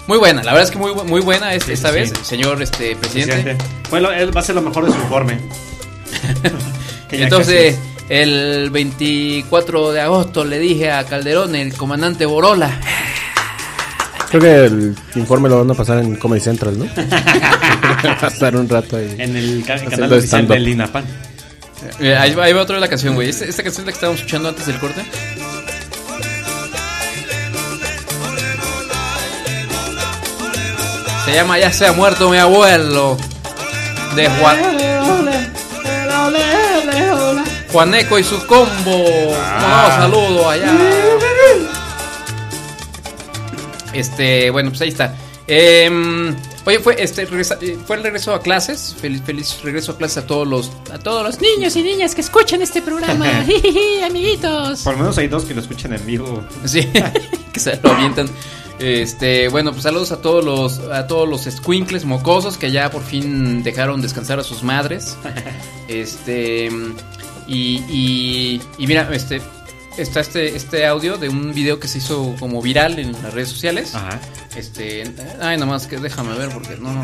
Muy buena, la verdad es que muy bu- muy buena es- Sí, sí, esta sí. vez, señor este presidente. Fue lo- él va a ser lo mejor de su informe. Que ya Entonces, casi el 24 de agosto le dije a Calderón, el comandante Borola, Creo que el informe lo van a pasar en Comedy Central, ¿no? Van a pasar un rato es ahí. En el ca- Haciendo canal oficial stand-up. del INAPAN. Eh, ahí, va, ahí va otra vez la canción, güey. Esta, esta canción es la que estábamos escuchando antes del corte. Se llama Ya se ha muerto mi abuelo. De Juan. Juaneco y su combo. Ah. Un saludo allá. Este, bueno, pues ahí está. Em, oye, fue este regresa- eh, fue el regreso a clases. Feliz, feliz regreso a clases a todos los a todos los niños. Niños y niñas que escuchan este programa, jijiji, amiguitos. Por lo menos hay dos que lo escuchan en vivo. Sí, que se lo avientan. Este, bueno, pues saludos a todos los a todos los squinkles mocosos que ya por fin dejaron descansar a sus madres. Este y, y, y mira, este está este este audio de un video que se hizo como viral en las redes sociales. Ajá. Este, ay, nomás que déjame ver porque no no.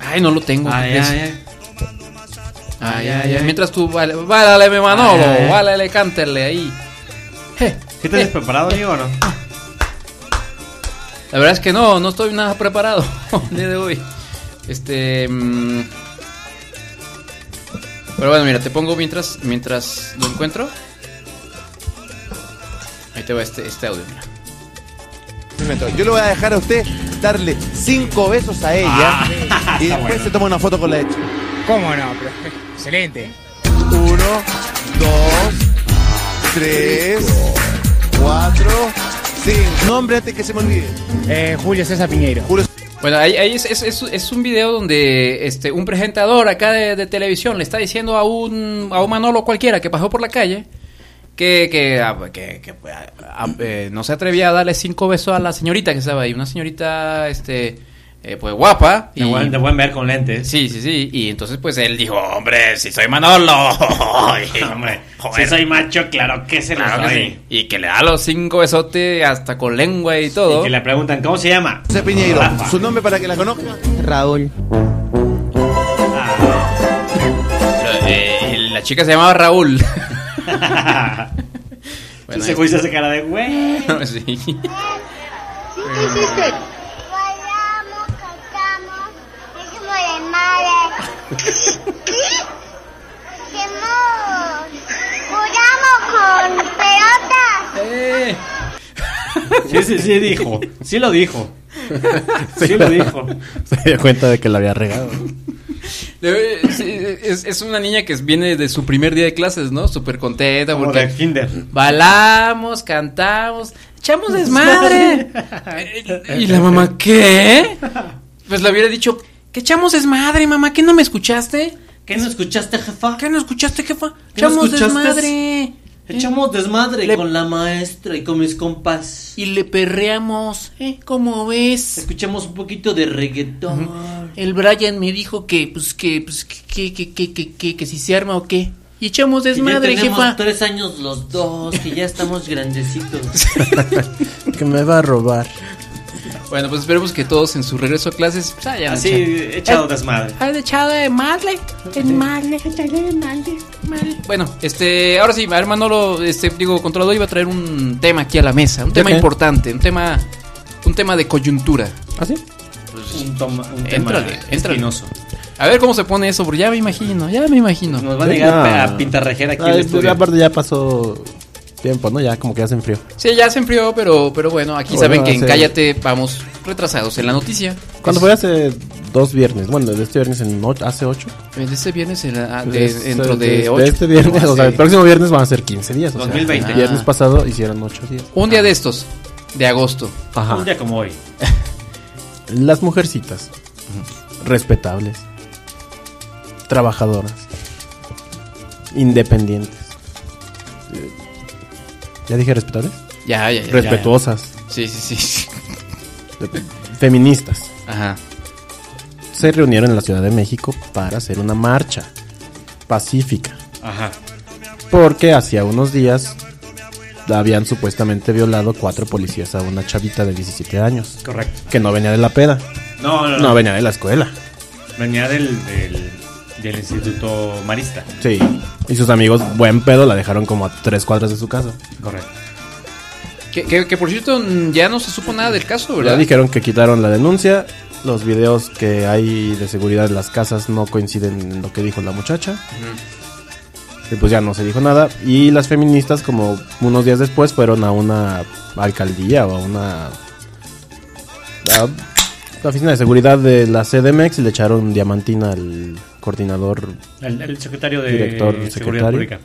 Ay, no lo tengo. Ay, ¿qué crees? ay, ay. Ay, ay, Ay, ay, ay. ay. Mientras tú baila- bálale, mi Manolo, Ay, ay. bálale, cántale ahí. Je, ¿Sí te has je. preparado, Diego, o no? La verdad es que no, no estoy nada preparado el día de hoy. Este. mm, pero bueno, mira, te pongo mientras, mientras lo encuentro. Ahí te va este, este audio, mira. este Yo le voy a dejar a usted darle cinco besos a ella Ah. y después se toma una foto con la hecha. ¿Cómo no? Pero, excelente. Uno, dos, tres, cuatro, cinco. Nombre antes que se me olvide. Eh, Julio César Piñeiro. Julio Bueno, ahí, ahí es, es, es- es un video donde este, un presentador acá de, de televisión le está diciendo a un, a un Manolo cualquiera que pasó por la calle que, que, a- que- que, pues, a- a- eh, no se atrevía a darle cinco besos a la señorita que estaba ahí. Una señorita, este, eh, pues guapa. De buen, de buen ver con lentes. Sí, sí, sí. Y entonces, pues él dijo: Hombre, si soy Manolo. Sí, hombre. Si soy macho, claro que se lo Claro que doy. sí. Y que le da los cinco besotes hasta con lengua y Y todo. que le preguntan, ¿cómo se llama? César Piñeiro. Su nombre para que la conozca. Raúl. Ah, eh, chica se llamaba Raúl. Bueno, Ah. Ese güey se hace cara de güey. sí. Bailamos, cantamos, decimos de madre. Hacemos- Jugamos con pelotas. Eh, Sí, sí, sí dijo. Sí lo dijo. Sí lo dijo. Se dio cuenta de que la había regado. Eh, sí, Es, es una niña que viene de su primer día de clases, ¿no? Súper contenta Como porque de kinder. bailamos, cantamos, echamos desmadre. y la mamá, ¿qué? Pues le hubiera dicho, que echamos desmadre, mamá, ¿qué no me escuchaste? ¿Qué no escuchaste, jefa? ¿Qué no escuchaste, jefa? ¿Qué no Echamos escuchaste? desmadre. Echamos desmadre Le- con la maestra y con mis compas. Y le perreamos, ¿eh? ¿Cómo ves? Escuchamos un poquito de reggaetón. El Brian me dijo que, pues, que, pues, que, que, que, que, que, que si se arma o qué. Y echamos Que ya desmadre, tenemos Pues, jefa. tres años los dos, que ya estamos grandecitos. que me va a robar. Bueno, pues esperemos que todos en su regreso a clases pues, hayan Así, Ah, echado desmadre. hayan echado de madre. El mal, échale el mal, mal. Bueno, este, ahora sí, a ver, Manolo, este, digo, controlador iba a traer un tema aquí a la mesa, un tema Ok. importante, un tema, un tema de coyuntura. ¿Ah, sí? Un, toma, un Éntrale, tema éntrale. espinoso. A ver cómo se pone eso, porque ya me imagino, ya me imagino. Nos va a Sí, llegar no. a pintarrejera aquí Ah, el es- estudio. aparte ya pasó tiempo, ¿no? Ya como que ya se enfrió. Sí, ya se enfrió, pero, pero bueno, aquí Bueno, saben que en hace- Cállate vamos retrasados en la noticia. ¿Cuándo fue? Hace dos viernes. Bueno, de este viernes en ocho- hace ocho. Este viernes en la- de- Pues, dentro eh, de Ah, de 8. este viernes, o sea, el próximo viernes van a ser 15 días. O 2020. Sea, el viernes pasado hicieron 8 días. Un día de estos, de agosto. Ajá. Un día como hoy. Las mujercitas. Respetables. Trabajadoras. Independientes. Eh, ¿Ya dije respetables? Ya, ya, ya. Respetuosas. Sí, sí, sí. Feministas. Ajá. Se reunieron en la Ciudad de México para hacer una marcha pacífica. Ajá. Porque hacía unos días la habían supuestamente violado cuatro policías a una chavita de 17 años. Correcto. Que no venía de la peda. No, no, no. No venía de la escuela. Venía del, del, del Instituto Marista. Sí. Y sus amigos, buen pedo, la dejaron como a tres cuadras de su casa. Correcto. Que, que- que por cierto, mm, ya no se supo nada del caso, ¿verdad? Ya dijeron que quitaron la denuncia. Los videos que hay de seguridad de las casas no coinciden en lo que dijo la muchacha. Y pues ya no se dijo nada. Y las feministas, como unos días después, fueron a una alcaldía o a una. a la oficina de seguridad de la CDMX y le echaron diamantina al coordinador. El, el secretario de Director, Seguridad secretario. Pública.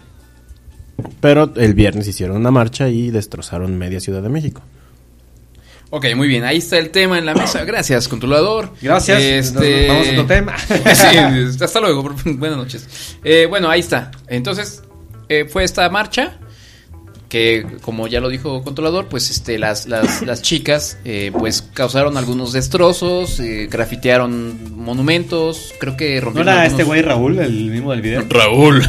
Pero el viernes hicieron una marcha y destrozaron media Ciudad de México. Ok, muy bien, ahí está el tema en la mesa. Gracias, controlador. Gracias. Este... Vamos a otro tema. sí, hasta luego, por- buenas noches. Eh, bueno, ahí está. Entonces, eh, fue esta marcha que, como ya lo dijo controlador, pues este, las, las, las chicas eh, pues causaron algunos destrozos, eh, grafitearon monumentos, creo que ¿No rompieron... era algunos- este güey Raúl, el mismo del video? Raúl.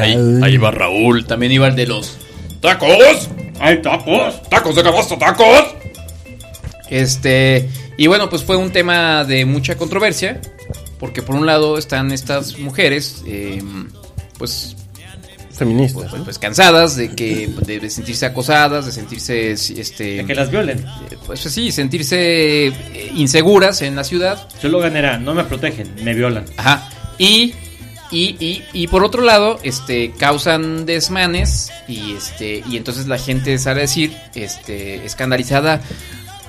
Ahí, ahí va Raúl, también iba el de los... ¡Tacos! ¡Ay, tapos! ¡Tacos de canasta, tacos! Este, y bueno, pues fue un tema de mucha controversia, porque por un lado están estas mujeres, eh, pues, Feministas. pues, pues, cansadas de que de, de sentirse acosadas, de sentirse, este, De que las violen. pues sí, sentirse eh, inseguras en la ciudad, Yo lo ganará, no me protegen, me violan. Ajá. Y, y, y, y por otro lado, este, causan desmanes y este, y entonces la gente sale a decir, este, escandalizada.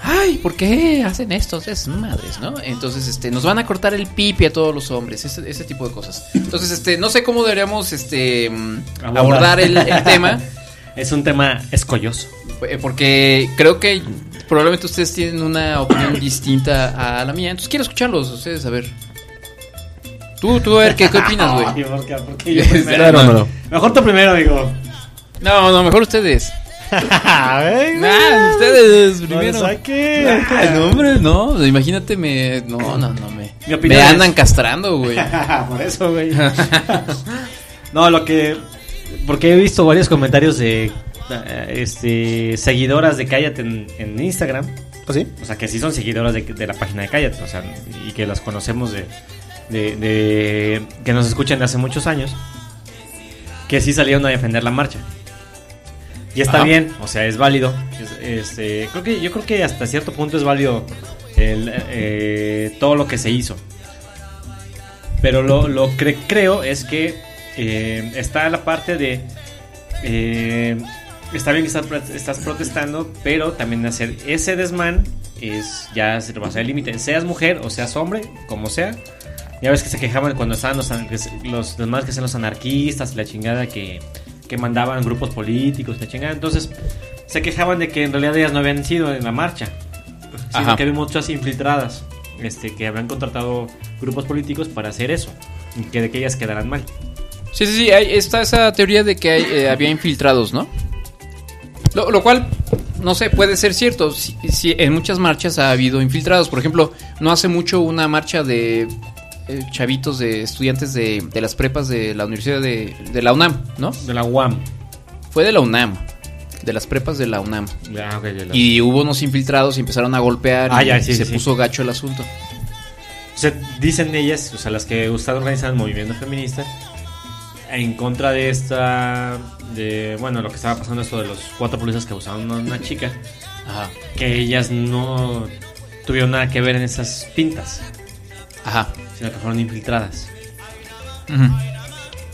Ay, ¿por qué hacen estos desmadres, no? Entonces, este, nos van a cortar el pipi a todos los hombres, ese, ese tipo de cosas. Entonces, este, no sé cómo deberíamos, este, mm, Abordar. abordar el, el tema, Es un tema escolloso. eh, porque creo que probablemente ustedes tienen una opinión distinta a la mía. Entonces, quiero escucharlos, a ustedes, a ver. Tú, tú, a ver, ¿qué, qué opinas, güey? Ay, ¿por qué? ¿Por qué yo Claro, primero? no. Mejor tú primero, amigo. No, no, mejor ustedes. A ver, Ah, ustedes no le primero. saque. Ah, no, hombre, no. Imagínate, me. No, no, no, me. Mi opinión Me es- andan castrando, güey. Por eso, güey. no, lo que. Porque he visto varios comentarios de. eh, Este, seguidoras de Cállate en, en Instagram. ¿Ah, sí? O sea, que sí son seguidoras de, de la página de Cállate. O sea, y que las conocemos de. de, de- que nos escuchan de hace muchos años. que sí salieron a defender la marcha. Y está Ajá. bien, o sea, es válido. Es- este, creo que, yo creo que hasta cierto punto es válido el, eh, todo lo que se hizo. Pero lo, lo que creo es que eh, está la parte de... eh, está bien que estás, pro- estás protestando, pero también hacer ese desmán es ya se rebasa el límite. Seas mujer o seas hombre, como sea. Ya ves que se quejaban cuando estaban los, an- los demás que sean los anarquistas, la chingada que, que mandaban grupos políticos, la chingada. Entonces se quejaban de que en realidad ellas no habían sido en la marcha, sino Ajá. que había muchas infiltradas este, que habían contratado grupos políticos para hacer eso y que de que ellas quedaran mal. Sí, sí, sí, hay- está esa teoría de que hay, eh, había infiltrados, ¿no? Lo, lo cual, no sé, puede ser cierto. Si, si en muchas marchas ha habido infiltrados. Por ejemplo, no hace mucho una marcha de eh, chavitos, de estudiantes de, de las prepas de la Universidad de, de la UNAM, ¿no? De la UAM. Fue de la UNAM, de las prepas de la UNAM. Ah, ok, ya lo- Y hubo unos infiltrados y empezaron a golpear Ah, y ya, sí, se sí. puso gacho el asunto. O sea, dicen ellas, o sea, las que están organizando el movimiento feminista, en contra de esta, de, bueno, lo que estaba pasando esto de los cuatro policías que abusaron a una chica, que ellas no tuvieron nada que ver en esas pintas, sino que fueron infiltradas.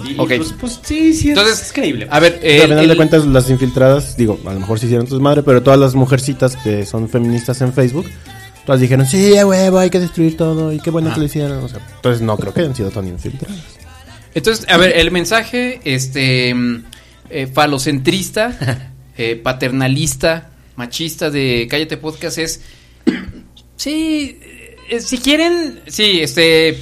Y, y Ok. pues, pues sí, sí, es- Entonces, es creíble. pues. a ver, Pero eh, al final de el- cuentas, las infiltradas, digo, a lo mejor se hicieron tus madres, pero todas las mujercitas que son feministas en Facebook, todas dijeron, sí, a huevo, hay que destruir todo, y qué bueno Ah. que lo hicieron. O sea, entonces no creo que hayan sido tan infiltradas. Entonces, a ver, el mensaje, este, mm, eh, falocentrista, eh, paternalista, machista de Cállate Podcast es, sí, eh, si quieren, sí, este...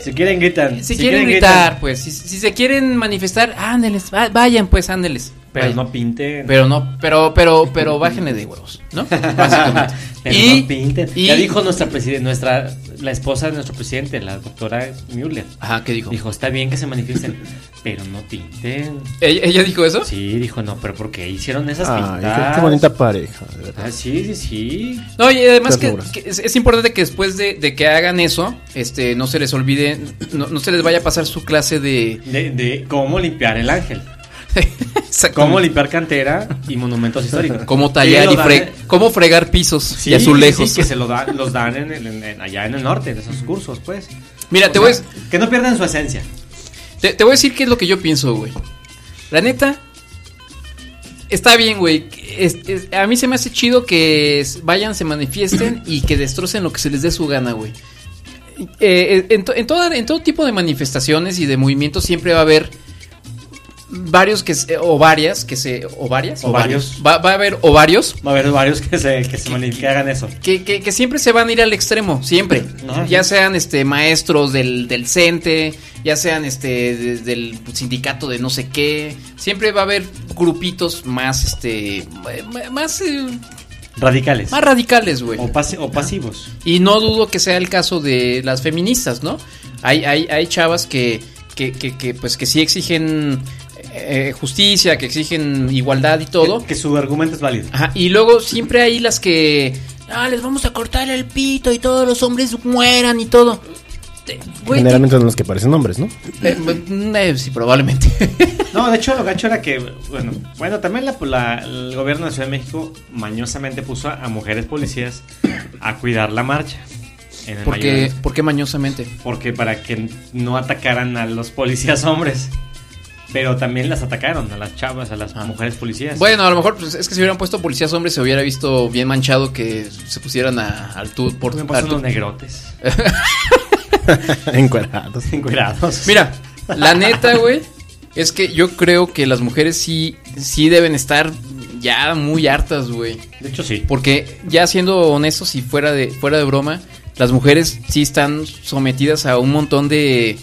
Si quieren gritan. Si, quieren, gritar, pues, si, si se quieren manifestar, ándeles, va- vayan, pues, ándeles. Pero vayan. no pinten. Pero no, pero, pero, pero bájenle de huevos, ¿no? Básicamente. Pero Y- no pinten. y- ya dijo nuestra presidenta, nuestra, la esposa de nuestro presidente, la doctora Müller. Ajá, ¿qué dijo? Dijo, está bien que se manifiesten, pero no pinten. ¿Ella, ¿E-, ella dijo eso? Sí, dijo, no, pero porque hicieron esas Ay, qué, pintas. qué bonita pareja, de verdad. Ah, sí, sí, sí. No, y además que, Ternuras. que es, es importante que después de, de que hagan eso, este, no se les olvide, no, no se les vaya a pasar su clase de... De, de cómo limpiar el ángel. Exactamente. Cómo limpiar cantera y monumentos históricos. Cómo tallar lo y dan- fre- cómo fregar pisos Sí, y azulejos. sí, que se lo dan, los dan en el- en- en- allá en el norte, en esos cursos, pues. Mira, O te sea, voy, a- Que no pierdan su esencia. te, te voy a decir qué es lo que yo pienso, güey. La neta, está bien, güey. Es- es- a mí se me hace chido que s- vayan, se manifiesten y que destrocen lo que se les dé su gana, güey. Eh, eh, en, to- en toda- en todo tipo de manifestaciones y de movimientos siempre va a haber varios que se- o varias que se o varias o Ovarios. va, va a haber ovarios Va a haber varios que se, que se manif- que hagan eso. que, que- que siempre se van a ir al extremo, siempre. Ajá. Ya sean este maestros del, del CENTE, ya sean este de- del sindicato de no sé qué. Siempre va a haber grupitos más este ma- más eh, Radicales. más radicales, güey. O, pasi- o pasivos. Y no dudo que sea el caso de las feministas, ¿no? Hay, hay, hay chavas que, que, que, que, pues que sí exigen eh, justicia, que exigen igualdad y todo. Que, que su argumento es válido. Ajá, y luego siempre hay las que. Ah, les vamos a cortar el pito y todos los hombres mueran y todo. Te- güey, te- Generalmente son los que parecen hombres, ¿no? eh, eh, sí, probablemente. No, de hecho lo gacho era que, bueno, bueno también la, la- el gobierno de Ciudad de México mañosamente puso a mujeres policías a cuidar la marcha. En el mayor de Porque, los- porque mañosamente. porque para que no atacaran a los policías hombres. Pero también las atacaron, a las chavas, a las mujeres policías. Ah. Bueno, a lo mejor pues, es que si hubieran puesto policías hombres se hubiera visto bien manchado que se pusieran a, al tú por me al pasan tú- los negrotes, Encuerados. encuerados. Mira, la neta, güey, es que yo creo que las mujeres sí, sí deben estar ya muy hartas, güey. De hecho sí. Porque ya siendo honestos y fuera de, fuera de broma, las mujeres sí están sometidas a un montón de,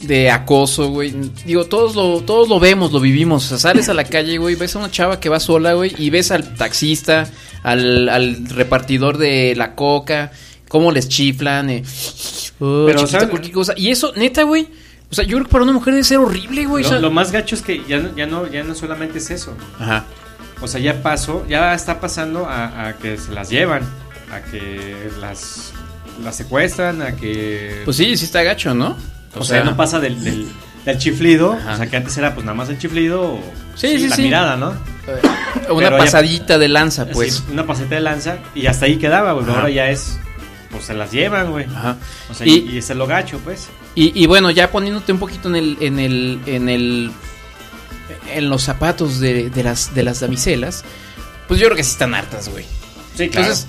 de acoso, güey. Digo, todos lo, todos lo vemos, lo vivimos. O sea, sales a la calle, güey, ves a una chava que va sola, güey, y ves al taxista, al, al repartidor de la coca, cómo les chiflan. eh. Oh, Pero, chiquita, ¿saben? cualquier cosa. Y eso, neta, güey. O sea, yo creo que para una mujer debe ser horrible, güey. o Lo, sea- lo más gacho es que ya, no- ya, no, ya no solamente es eso. Ajá. O sea, ya pasó, ya está pasando a, a que se las llevan, a que las, las secuestran, a que... Pues sí, sí está gacho, ¿no? o sea, no pasa del, del, del chiflido, o sea que antes era pues nada más el chiflido o Sí, pues, sí, la sí. mirada, ¿no? O una Pero ya- pasadita de lanza, pues. Sí, una paseta de lanza y hasta ahí quedaba, güey. pero Ajá. Ahora ya es, pues se las llevan, güey. Ajá. O sea, Y- y, y es el logacho, pues. Y, y bueno, ya poniéndote un poquito en el, en el, en el, en los zapatos de, de las, de las damiselas, pues yo creo que sí están hartas, güey. Sí, claro. Entonces,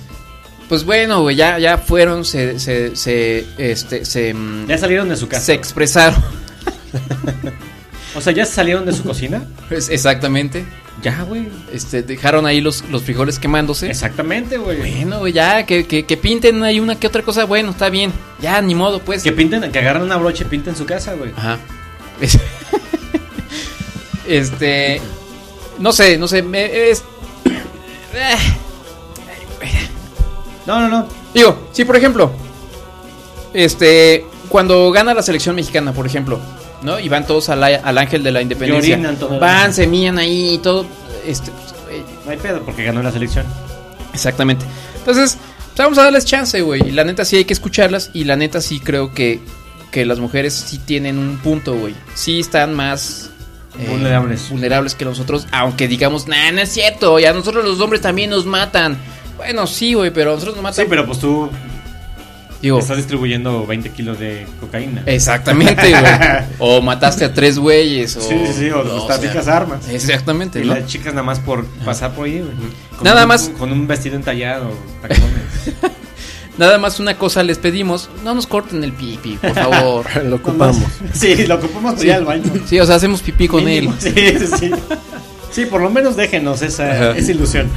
pues bueno, güey, ya, ya fueron, se, se, se, este, se, mm, Ya salieron de su casa. se expresaron, O sea, ya salieron de su cocina. Pues, exactamente. Ya, güey. Este, dejaron ahí los, los frijoles quemándose. Exactamente, güey. Bueno, güey, ya, que, que, que pinten ahí una que otra cosa, bueno, está bien. Ya, ni modo, pues. Que pinten, que agarran una brocha y pinten su casa, güey. Ajá. Es- este. No sé, no sé. me- es- eh, No, no, no. digo, sí, por ejemplo. Este. Cuando gana la selección mexicana, por ejemplo. ¿No? Y van todos al, a- al ángel de la independencia. Llorinan todos. Van, se mían ahí y todo. Este, No hay pedo porque ganó la selección. exactamente. Entonces, pues vamos a darles chance, güey. Y la neta sí hay que escucharlas. Y la neta sí creo que, que las mujeres sí tienen un punto, güey. Sí están más. eh, Vulnerables. vulnerables que nosotros, aunque digamos, nah, no es cierto, y a nosotros los hombres también nos matan. Bueno, sí, güey, pero a nosotros nos Sí, matan. pero pues tú Digo, estás distribuyendo 20 kilos de cocaína. exactamente, güey. O mataste a tres güeyes, o. Sí, sí, sí, o no, las sea, ricas armas. Exactamente, Y ¿no? las chicas nada más por pasar por ahí, güey. Con Nada un- más. Con un vestido entallado, tacones. Nada más una cosa les pedimos, no nos corten el pipi, por favor. Lo ocupamos. sí, lo ocupamos para Sí. ir al baño. Sí, o sea, hacemos pipí con él. Mínimo, Sí, sí, sí. Sí, por lo menos déjenos esa, Ajá. esa ilusión.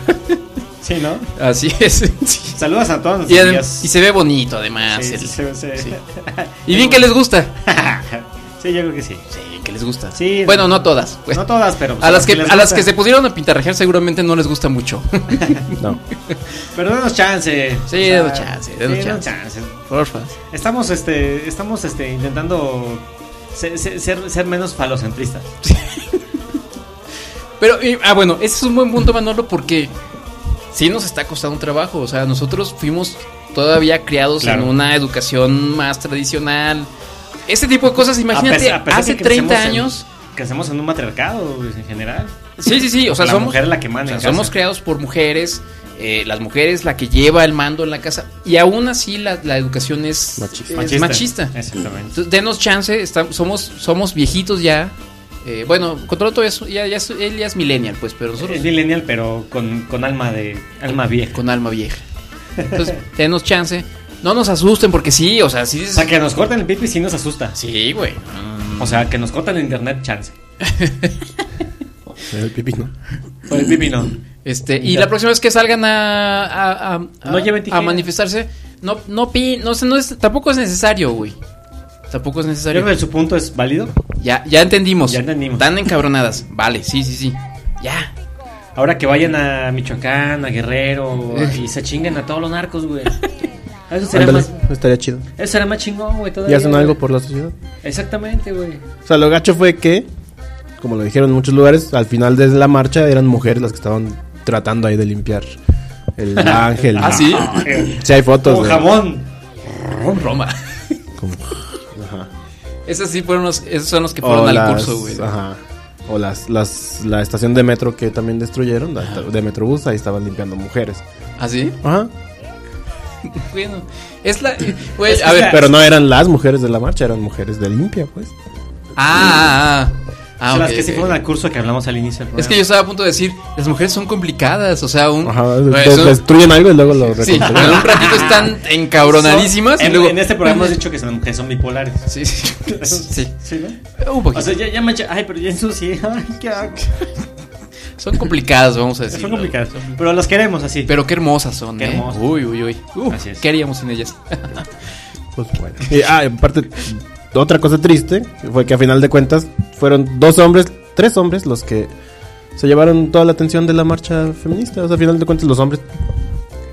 Sí, ¿no? Así es. sí. Saludas a todas Y, nuestras adem- amigas. y se ve bonito, además. Sí, el- sí, sí, sí. sí. Y bien que les gusta. Sí, yo creo que sí. Sí, bien que les gusta. Sí. bueno, no todas. pues. No todas, pero. pues, A las que, les a las gusta. que se pusieron a pintarrajear seguramente no les gusta mucho. No. Pero denos chance. Sí, O sea, denos chance, denos sí, chance. Porfa. Estamos, este, estamos este, intentando ser, ser- ser- ser menos falocentristas. Pero, y- ah, bueno, ese es un buen punto, Manolo, porque sí nos está costando un trabajo. O sea, nosotros fuimos todavía criados Claro. en una educación más tradicional. Ese tipo de cosas, A imagínate, pesar- a pesar hace que 30 crecemos en- años. Crecemos en un matriarcado güey, en general. Sí, sí, sí. O sea, la somos. mujer es la que o manda. sea, en casa. somos creados por mujeres. eh, las mujeres la que lleva el mando en la casa. Y aún así la, la educación es Machista. es machista. Exactamente. Entonces, denos chance, estam- somos, somos viejitos ya. Eh, bueno, Control todavía es, ya, ya es- él ya es millennial, pues, pero nosotros Es millennial, pero con, con alma de alma vieja. con alma vieja. Entonces, denos chance. No nos asusten, porque sí, o sea, sí. O es- sea, que nos cortan el pipi sí nos asusta. Sí, güey. O sea, que nos cortan el internet chance. El pipí, ¿no? Por el pipi no. Este, y la próxima vez que salgan a, a, a- No a- lleven tijera. a manifestarse, no, no, pi- no, sé, no es, tampoco es necesario, güey. Tampoco es Yo necesario. creo que su punto es válido. Ya, ya entendimos. Ya entendimos. Tan encabronadas. Vale, sí, sí, sí. Ya. Ahora que vayan a Michoacán, a Guerrero, y se chinguen a todos los narcos, güey. Eso será, Ándale, más, estaría chido. eso será más chingón, güey. ¿Y todavía, hacen algo güey. por la sociedad? Exactamente, güey. O sea, lo gacho fue que, como lo dijeron en muchos lugares, al final de la marcha eran mujeres las que estaban tratando ahí de limpiar el ángel. Ah, sí. Sí, hay fotos. Con de- jamón. Roma. como- Esos sí fueron los, esos son los que o fueron al las- curso, güey. Ajá. O las, las, la estación de metro que también destruyeron, la- de Metrobús, ahí estaban limpiando mujeres. ¿Ah, sí? Ajá. Bueno, es la. Güey, Es que a ver. sea- Pero no eran las mujeres de la marcha, eran mujeres de limpia, pues. Ah, ah, ah. Ah, Son las ok, que sí ok. fueron al curso que hablamos al inicio del Es que programa. yo estaba a punto de decir, las mujeres son complicadas, o sea, un. Ajá. eh, de- son- Destruyen algo y luego lo sí, en reconstruyen. un ratito están encabronadísimas. Son- y en, luego... en este programa hemos dicho que son mujeres son bipolares. Sí, sí. sí. Sí, ¿no? Un O poquito. sea, ya, ya me echa- Ay, pero ya ensucié. Ay, ¿qué hago? son complicadas, vamos a decir. Son complicadas. Pero los queremos así. Pero qué hermosas son, Qué ¿eh? hermosas. Uy, uy, uy. Uh, Así es. Ah, ¿Qué haríamos sin ellas? Pues bueno. Y, ah, aparte, otra cosa triste fue que a final de cuentas fueron dos hombres, tres hombres los que se llevaron toda la atención de la marcha feminista. O sea, a final de cuentas los hombres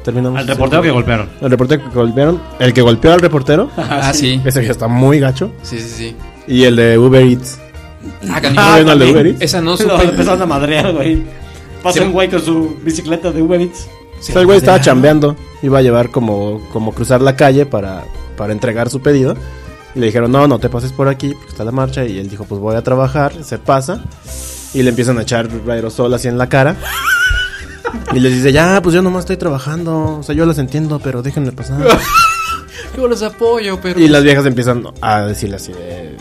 terminamos. al reportero que golpearon. Al reportero que golpearon. El que golpeó al reportero. Ah, sí. Ese que está muy gacho. Sí, sí, sí. Y el de Uber Eats. Ah, ¿No canijo. ven al de también. Uber Eats? Esa no Lo supe. empezaron a madrear, güey. Pasa Se- un güey con su bicicleta de Uber Eats. O sea, el güey estaba chambeando. Iba a llevar como, como cruzar la calle para, para entregar su pedido. Y le dijeron, no, no te pases por aquí, porque está la marcha. Y él dijo, pues voy a trabajar. Se pasa. Y le empiezan a echar aerosol así en la cara. Y les dice, ya, pues yo nomás estoy trabajando. O sea, yo las entiendo, pero déjenme pasar. Yo los apoyo, pero. Y las viejas empiezan a decirle así de.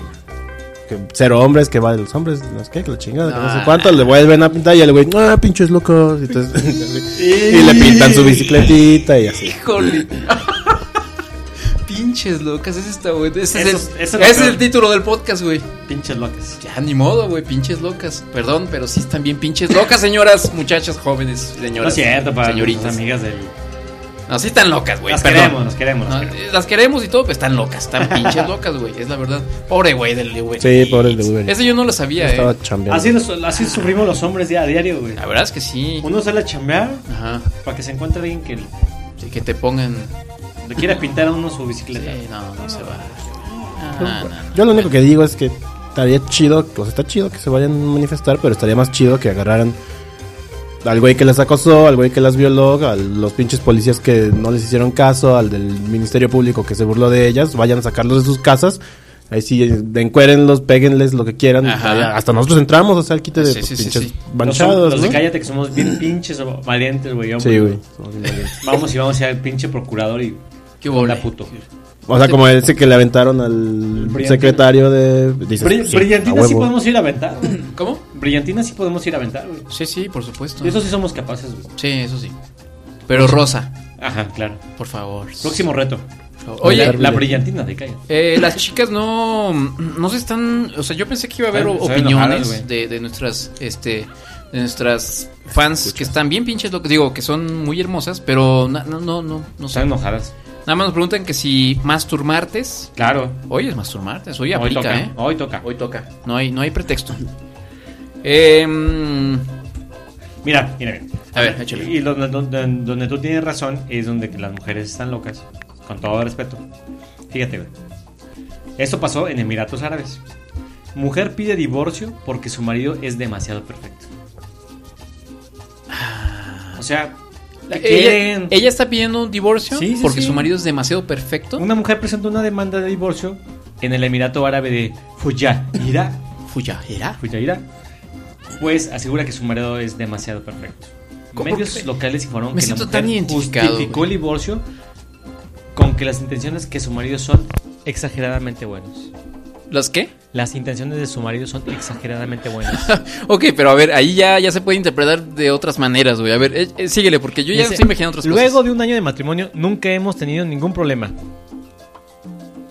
Que cero hombres, que va de los hombres, no sé qué, que la chingada, que no sé cuánto, le vuelven a pintar y el güey, ah, pinches locos. Y, entonces- y le pintan su bicicletita y así. Híjole. Pinches locas, ese está bueno. Ese Eso- es, el, eso ese es no- el título del podcast, güey. Pinches locas. Ya, ni modo, güey, pinches locas. Perdón, pero sí están bien pinches locas, señoras, muchachas jóvenes, señoras. No es cierto, para señoritas. nuestras amigas del. No, sí están locas, güey. Las perdón. queremos, las queremos, las No, eh, las queremos y todo, pero están locas, están pinches locas, güey. Es la verdad. Pobre güey del Uber. Sí, pobre el de Uber. Ese yo no lo sabía, Estaba eh. chambeando. Así, nos- así sufrimos los hombres día a diario, güey. La verdad es que sí. Uno sale a chambear Ajá. para que se encuentre alguien que Sí, que te pongan. le quiera pintar a uno su bicicleta. Sí, no, no se va. Ah, no, no. Yo lo único que digo es que estaría chido, o sea, está chido que se vayan a manifestar, pero estaría más chido que agarraran al güey que las acosó, al güey que las violó, a los pinches policías que no les hicieron caso, al del Ministerio Público que se burló de ellas, vayan a sacarlos de sus casas. Ahí sí, eh, encuérenlos, péguenles lo que quieran. Ajá. Hasta nosotros entramos, o sea, al quite de Sí, pues, sí, sí, pinches sí. manchados. los de ¿no? cállate que somos bien pinches o valientes, güey. hombre. Sí, güey. somos bien valientes. Vamos y vamos a ser pinche procurador y Qué bola. la puto. O sea, como ese que le aventaron al Brillantina. secretario de. dices, Bri- sí, a brillantina huevo. sí podemos ir a aventar. güey. ¿Cómo? Brillantina sí podemos ir a aventar, güey. Sí, sí, por supuesto. De Eso sí somos capaces, güey. Sí, eso sí. Pero rosa, Ajá, claro. por favor. Próximo reto. Oye, la, la- la brillantina de calle. eh, las chicas no, no se están, o sea, yo pensé que iba a haber Están- están opiniones enojadas, güey. de, de nuestras, este, de nuestras fans que están bien pinches, lo que digo, que son muy hermosas, pero na- no, no, no, no sé. Están enojadas. Nada más nos preguntan que si Mastur Martes, Claro. hoy es Mastur Martes, hoy, hoy aplica, toca. ¿eh? Hoy toca. Hoy toca, no hay, no hay pretexto. Em, Mira, mira, mira. a ver, échale. Y donde, donde- donde tú tienes razón es donde que las mujeres están locas. Con todo respeto. Fíjate, güey. Esto pasó en Emiratos Árabes. Mujer pide divorcio porque su marido es demasiado perfecto. O sea, la Ah. Ella, quieren. ella está pidiendo un divorcio Sí, sí, porque sí. su marido es demasiado perfecto. Una mujer presentó una demanda de divorcio en el Emirato Árabe de Fujairah. Fuyajera. Fujairah. Pues asegura que su marido es demasiado perfecto. ¿Cómo Medios crees? locales informaron Me que la siento tan mujer identificado, justificó güey. el divorcio con que las intenciones que su marido son exageradamente buenas. ¿Las qué? Las intenciones de su marido son exageradamente buenas. Ok, pero a ver, ahí ya, ya se puede interpretar de otras maneras, güey. A ver, eh, eh, síguele, porque yo ya Dice, estoy imaginando otras Luego cosas. de un año de matrimonio nunca hemos tenido ningún problema.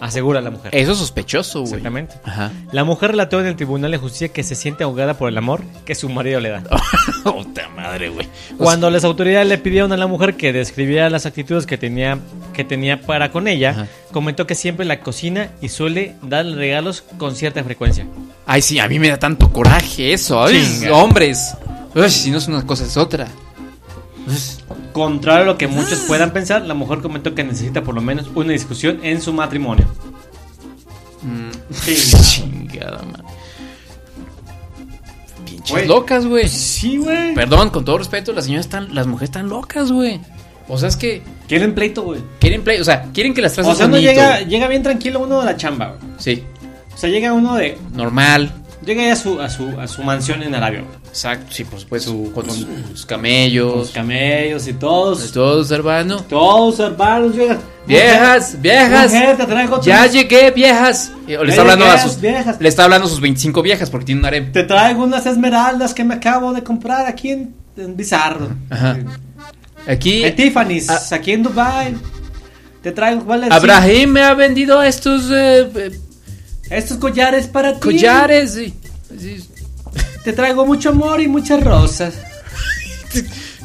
Asegura la mujer. Eso es sospechoso, güey. Exactamente. Ajá. La mujer relató en el Tribunal de Justicia que se siente ahogada por el amor que su marido le da. Puta madre, güey. Cuando las autoridades le pidieron a la mujer que describiera las actitudes que tenía, que tenía para con ella, Ajá. comentó que siempre la cocina y suele dar regalos con cierta frecuencia. Ay, sí, a mí me da tanto coraje eso. Ay, Chinga. hombres. Uy, si no es una cosa, es otra. Contrario a lo que muchos puedan pensar, la mujer comentó que necesita por lo menos una discusión en su matrimonio. Mm. Sí, Chingada madre. Pinches Güey. locas, güey. sí, güey. Perdón, con todo respeto, las señoras están, las mujeres están locas, güey. O sea, es que Quieren pleito, güey. quieren play, o sea, quieren que las traces O sea, no bonito. llega, llega bien tranquilo uno de la chamba, güey. Sí, O sea, llega uno de. normal. Llega ya a su, a su, a su mansión en Arabia, güey. Exacto, sí, por supuesto. Su- con, con- sus- sus Con camellos, los camellos y todos. todos hermano. Todos hermanos, llega. Viejas, viejas. Mujer, te traigo Ya otro- llegué, viejas. Eh, Le Ya está hablando a llegué, sus viejas. Le está hablando a sus 25 viejas porque tiene un harem. Te traigo unas esmeraldas que me acabo de comprar aquí en, en Bizarro. Ajá. Aquí En Tiffany's, Ah. aquí en Dubai. Te traigo cuáles. Abraham me ha vendido estos eh, eh, Estos collares para ti. collares. y- y- Te traigo mucho amor y muchas rosas.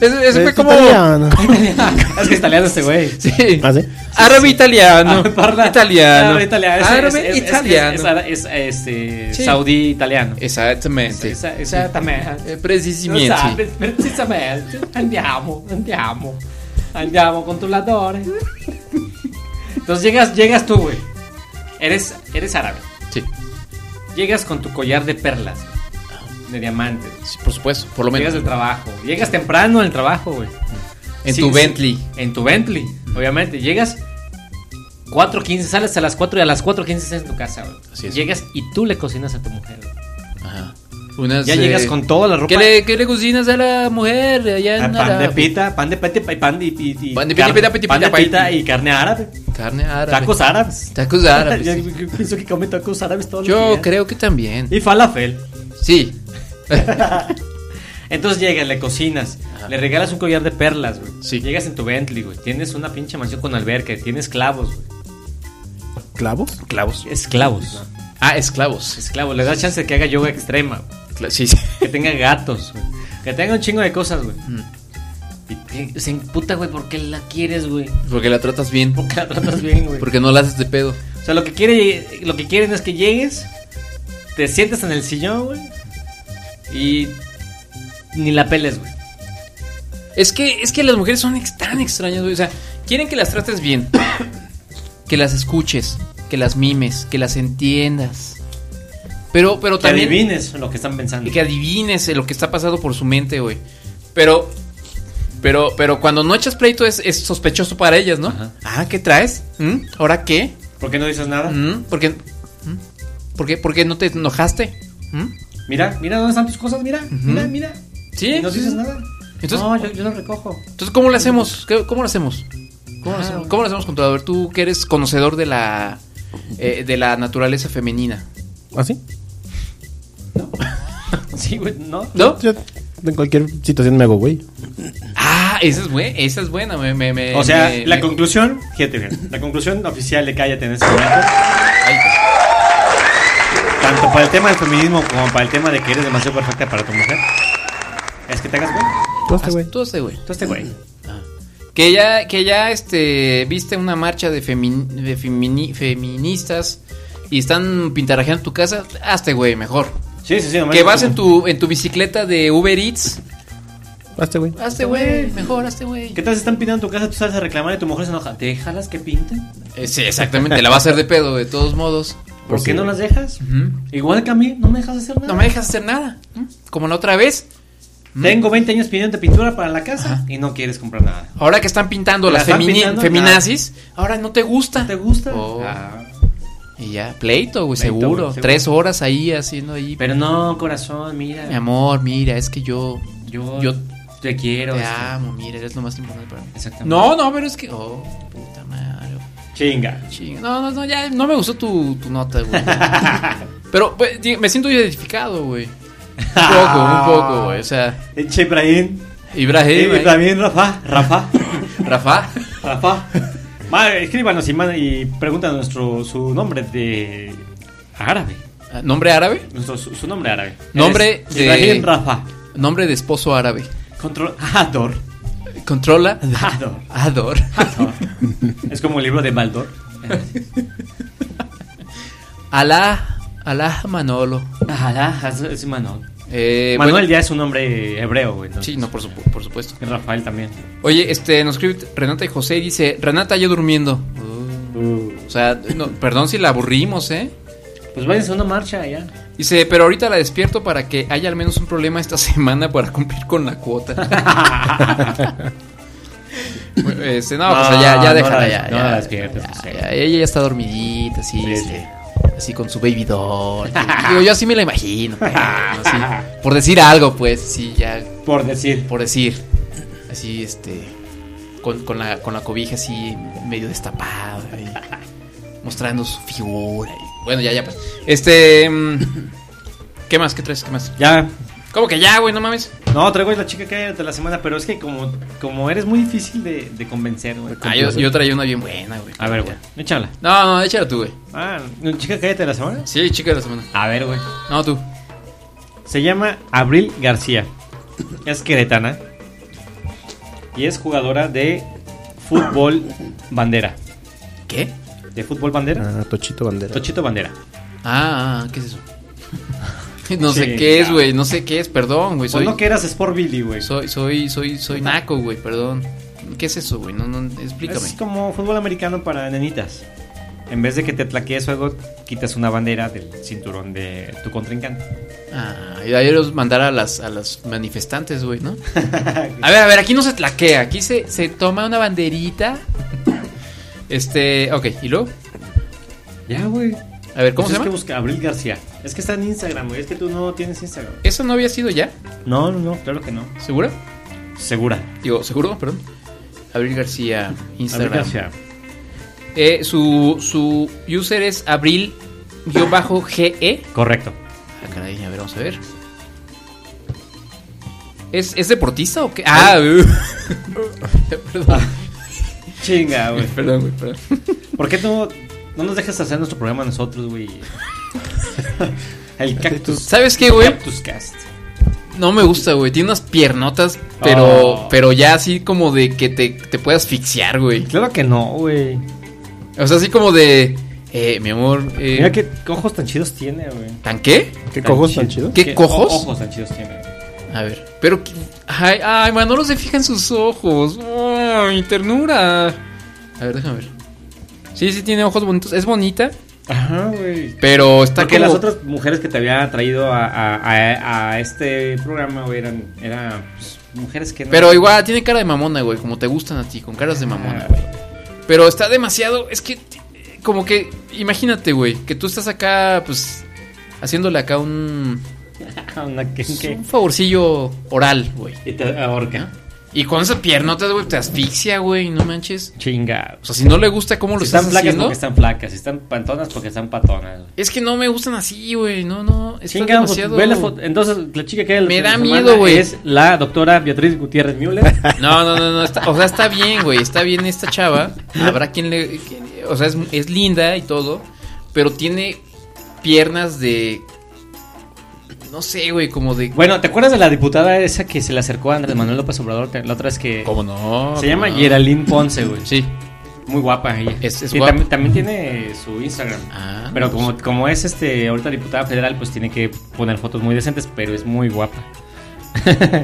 Ese, ese fue Es como italiano. es que está liando este güey. Sí. ¿Ah, sí? árabe italiano. Ah, parla- italiano. Árabe italiano. Ah, Es- Árabe es- es- es- italiano. es- es- es- este, Sí. Saudí italiano. Exactamente. Esa- Exactamente. Eh, Lo precisamente. sabes precisamente. Andiamo, andiamo. Andiamo controladores. Entonces llegas, llegas tú, güey. Eres, eres árabe. Sí. Llegas con tu collar de perlas, güey, de diamantes. Sí, por supuesto, por lo menos. Llegas del trabajo. Llegas temprano al trabajo, güey. En Sí, tu sí. Bentley. En tu Bentley, obviamente. Llegas 4.15, sales a las 4 y a las 4.15 estás en tu casa, güey. Así es. Llegas y tú le cocinas a tu mujer. güey. Ajá. Unas, Ya eh, llegas con toda la ropa. ¿Qué le, qué le cocinas a la mujer? Allá en Ah, pan de Arabia? pita, pan de pita, y pan de y, y- Pan de carne- pita, pita, pan de pita, pita pita. y carne árabe. Carne árabe. Tacos árabes. Tacos árabes. Yo- yo pienso que come tacos árabes todos los días. Yo creo que también. Y falafel. Sí. Entonces llegas, le cocinas, le regalas un collar de perlas, güey. Llegas en tu Bentley, güey. Tienes una pinche mansión con alberca, tienes clavos, güey. ¿Clavos? Clavos. Esclavos. Ah, esclavos. Esclavos. Le das chance de que haga yoga extrema. güey. Que tenga gatos, güey. Que tenga un chingo de cosas, güey. Mm. Y te- Se imputa, güey, porque la quieres, güey. Porque la tratas bien. Porque la tratas bien, güey. Porque no la haces de pedo. O sea, lo que, quiere, lo que quieren es que llegues, te sientes en el sillón, güey, y ni la peles, güey. Es que, es que las mujeres son ex- tan extrañas, güey. O sea, quieren que las trates bien. que las escuches, que las mimes, que las entiendas. Pero, pero Que también. adivines lo que están pensando. Y que adivines lo que está pasando por su mente, güey. Pero. Pero, pero cuando no echas pleito es, es sospechoso para ellas, ¿no? Ah, ¿qué traes? ¿Mm? ¿Ahora qué? ¿Por qué no dices nada? ¿Mm? ¿Por qué? ¿Mm? ¿Por qué? por qué no te enojaste? ¿Mm? Mira, mira dónde están tus cosas, mira, mira, mira. Sí, Y no sí, dices sí. nada. Entonces- no, yo, yo lo recojo. Entonces, ¿cómo lo hacemos? ¿Qué- ¿Cómo lo hacemos? ¿Cómo lo Ah, hacemos, bueno. ¿Cómo lo hacemos, contador? Tú que eres conocedor de la eh, de la naturaleza femenina. ¿Así? Sí, güey, no. ¿No? Yo en cualquier situación me hago güey. Ah, esa es buena, esa es buena. Me, me- me- O sea, me- la Eh, me- conclusión, fíjate bien, la conclusión oficial de Cállate en este momento, Ay, pues, tanto para el tema del feminismo como para el tema de que eres demasiado perfecta para tu mujer, es que te hagas güey. Todo este güey. todo ese güey. Tú este güey. Que ya, que ya este, viste una marcha de, femi- de femini- feministas y están pintarajeando tu casa, hazte güey, mejor. Sí, sí, sí. nomás- Que vas en tu, en tu bicicleta de Uber Eats, Hazte güey. hazte güey, mejor, hazte güey. ¿Qué tal si están pintando tu casa? Tú sales a reclamar y tu mujer se enoja. ¿Déjalas que pinten? Eh, sí, exactamente, la va a hacer de pedo, de todos modos. ¿Por Pues qué sí. no las dejas? Ujú. Igual que a mí, no me dejas hacer nada. No me Mm. dejas hacer nada, ¿m? como la otra vez. Tengo 20 años pidiendo pintura para la casa y no quieres comprar nada. Ahora que están pintando La las están femini- pintando, feminazis, ahora no te gusta. ¿No te gusta? Oh. Ah. Y ya, pleito, güey, Pleito, güey, seguro. seguro. Tres horas ahí haciendo ahí. Pero no, corazón, mira. Mi amor, mira, es que yo yo, yo te quiero. te este. amo, mira, eres lo más importante para mí. Exactamente. No, no, pero es que. Oh, puta madre. Chinga. Chinga. No, no, no, ya no me gustó tu, tu nota, güey. pero pues, di- me siento identificado, güey. Un poco, un poco, güey. O sea, Eche Ibrahim. Ibrahim, Eh, ahí. Ibrahim, Rafa. Rafa. Rafa. Rafa. Ma, escríbanos y, manda- y pregunta nuestro, su nombre de árabe. Nombre árabe, Nuestro, su, su nombre árabe. Nombre Eres de- Ibrahim Rafa. nombre de esposo árabe. Control. Ador. Controla. Ador. Ador. Ador. es como el libro de Baldor. Alá. Alá Manolo. Ajá, es- es Manuel. Eh, Manuel bueno, ya es un nombre hebreo, güey. entonces. sí, no, por, supu- por supuesto. Y Rafael también. Oye, este, nos escribe Renata y José y dice, Renata, yo durmiendo. Mm. O sea, no, perdón si la aburrimos, ¿eh? Pues váyanse a una marcha ya. Dice, pero ahorita la despierto para que haya al menos un problema esta semana para cumplir con la cuota. Bueno, este, no, pues No, ya, no ya déjala, la- ya. no ya, la despiertes, ya, o sea. ya, ella ya está dormidita, así, Sí, este, sí. así con su baby doll. Digo, yo así me la imagino, pero, así, por decir algo, pues, sí, ya, Por decir. por decir. Así, este. Con, con la, con la cobija así, medio destapada. y mostrando su figura. y- bueno, ya, ya, pues. Este. mm, ¿Qué más? ¿Qué traes? ¿Qué más? Ya. ¿Cómo que ya, güey? No mames. No, traigo la chica que hay de la semana, pero es que como, como eres muy difícil de, de convencer, güey. Ah, yo, yo traía una bien buena, güey. A ver, güey. Échala. No, no, échala tú, güey. Ah, ¿no, chica cállate de la semana. Sí, chica de la semana. A ver, güey. No, tú. Se llama Abril García. Es queretana. Y es jugadora de fútbol bandera. ¿Qué? ¿De fútbol bandera? Ah, Tochito Bandera. Tochito bandera. Ah, ah, ¿qué es eso? no sé Sí, qué es, ya. güey. No sé qué es, perdón, güey. Pues Soy, no que eras Sport Billy, güey. soy, soy, soy, soy naco, güey, perdón. ¿Qué es eso, güey? No, no, explícame. Es como fútbol americano para nenitas. En vez de que te tlaquees o algo, quitas una bandera del cinturón de tu contrincante. Ah, y ayer los mandar a las, a las manifestantes, güey, ¿no? A ver, a ver, aquí no se tlaquea, aquí se, se toma una banderita Este, ok, ¿y luego? Ya, güey. A ver, ¿cómo se Pues Es que llama? busca Abril García. Es que está en Instagram, güey. Es que tú no tienes Instagram. ¿Eso no había sido ya? No, no, no, claro que no. ¿Segura? Segura. Digo, ¿seguro? Perdón. Abril García, Instagram. Abril García. Eh, su, su user es abril-ge. Correcto. Ah, caray, a ver, vamos a ver. ¿Es, es deportista o qué? Ah, perdón. Chinga, güey. Perdón, güey, perdón. ¿Por qué no, no nos dejas hacer nuestro programa nosotros, güey? El cactus. ¿Sabes qué, güey? Cactus Cast. No me gusta, güey. Tiene unas piernotas, pero, Oh. pero ya así como de que te, te puede asfixiar, güey. Claro que no, güey. O sea, así como de. Eh, mi amor. Eh, Mira qué ojos tan chidos tiene, güey. ¿Tan qué? ¿Qué cojos tan chidos? ¿Qué cojos? Ojos tan chidos tiene. A ver. Pero. qué- Ay, ay, Manolo se fija en sus ojos. Ay, ternura. A ver, déjame ver. Sí, sí, tiene ojos bonitos. Es bonita, Ajá, güey. pero está Porque como. las otras mujeres que te había traído a, a- a- a este programa, güey, eran, eran pues, mujeres que no. Pero igual, tiene cara de mamona, güey. Como te gustan a ti, con caras de mamona, Ah, güey. Pero está demasiado. Es que. eh, Como que. Imagínate, güey. Que tú estás acá, pues. Haciéndole acá un. una que- que- Un favorcillo oral, güey. Y te ahorca. Y con esas piernotas, güey, te asfixia, güey, no manches. Chinga. O sea, si no le gusta cómo lo Si estás están flacas haciendo. porque están flacas. Si están pantonas porque están patonas. güey. Es que no me gustan así, güey. No, no. Está Chinga, pues, demasiado. ve la foto. Entonces, la chica que era la Me otra da semana miedo, güey. Es la doctora Beatriz Gutiérrez Müller. No, no, no, no. está- o sea, está bien, güey. Está bien esta chava. Habrá quien le. quien- o sea, es, es linda y todo. Pero tiene piernas de. No sé, güey, como de. bueno, ¿te acuerdas de la diputada esa que se le acercó a Andrés Manuel López Obrador? La otra es que. ¿Cómo Ah. no? Se llama ¿Cómo no? Geraldine Ponce, güey. Sí. Muy guapa ella. Es- es Y guapa. tam- También, tiene su Instagram. Ah, Pero como, como es este ahorita diputada federal, pues tiene que poner fotos muy decentes, pero es muy guapa.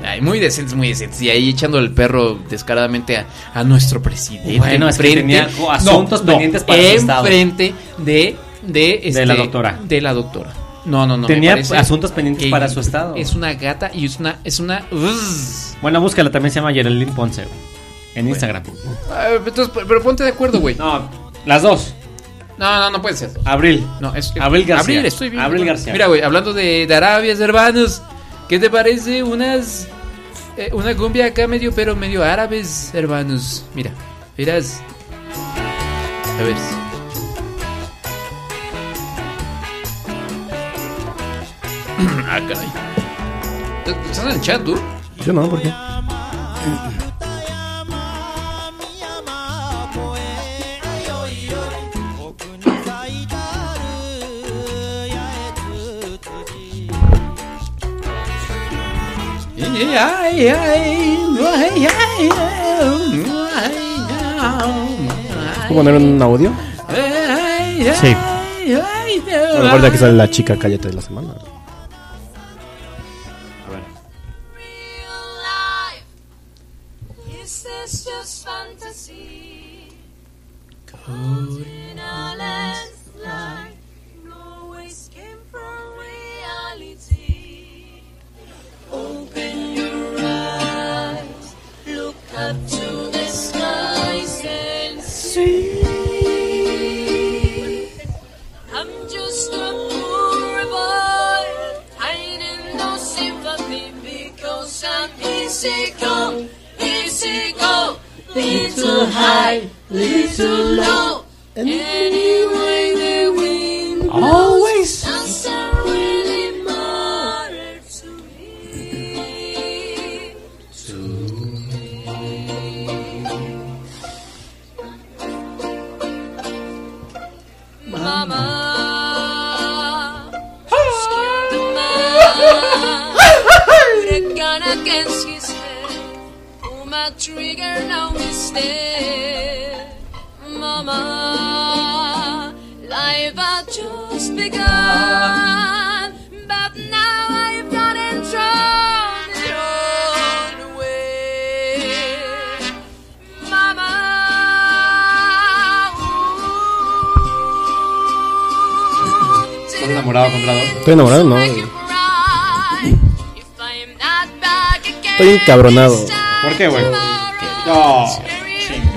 Ay, muy decentes, muy decentes. Y ahí echando el perro descaradamente a, a nuestro presidente. Bueno, es que tenía co- asuntos pendientes para su estado. Enfrente de, de, este, la doctora. De la doctora. No, no, no. me Tenía parece asuntos pendientes que para su estado. Es una gata y es una. Es una Zzz. Bueno, búscala, también se llama Geraldine Ponce güey, en Instagram. Ah, entonces, pero, pero ponte de acuerdo, güey. No, No, las dos. no, no puede ser. Abril. No, es, Abril García. Abril, estoy bien. Abril García. Mira, güey, hablando de, de Arabias, hermanos. ¿Qué te parece unas. eh, una cumbia acá medio, pero medio árabes, hermanos? Mira, verás. A ver. ah, caray. ¿Estás en el chat, tú? Yo no, ¿por qué? ¿Puedo poner un audio? Sí. A lo mejor ya que sale la chica cállate de la semana. ¿Estás enamorado, comprador? Estoy enamorado, no. Estoy encabronado. ¿Por qué, güey? No.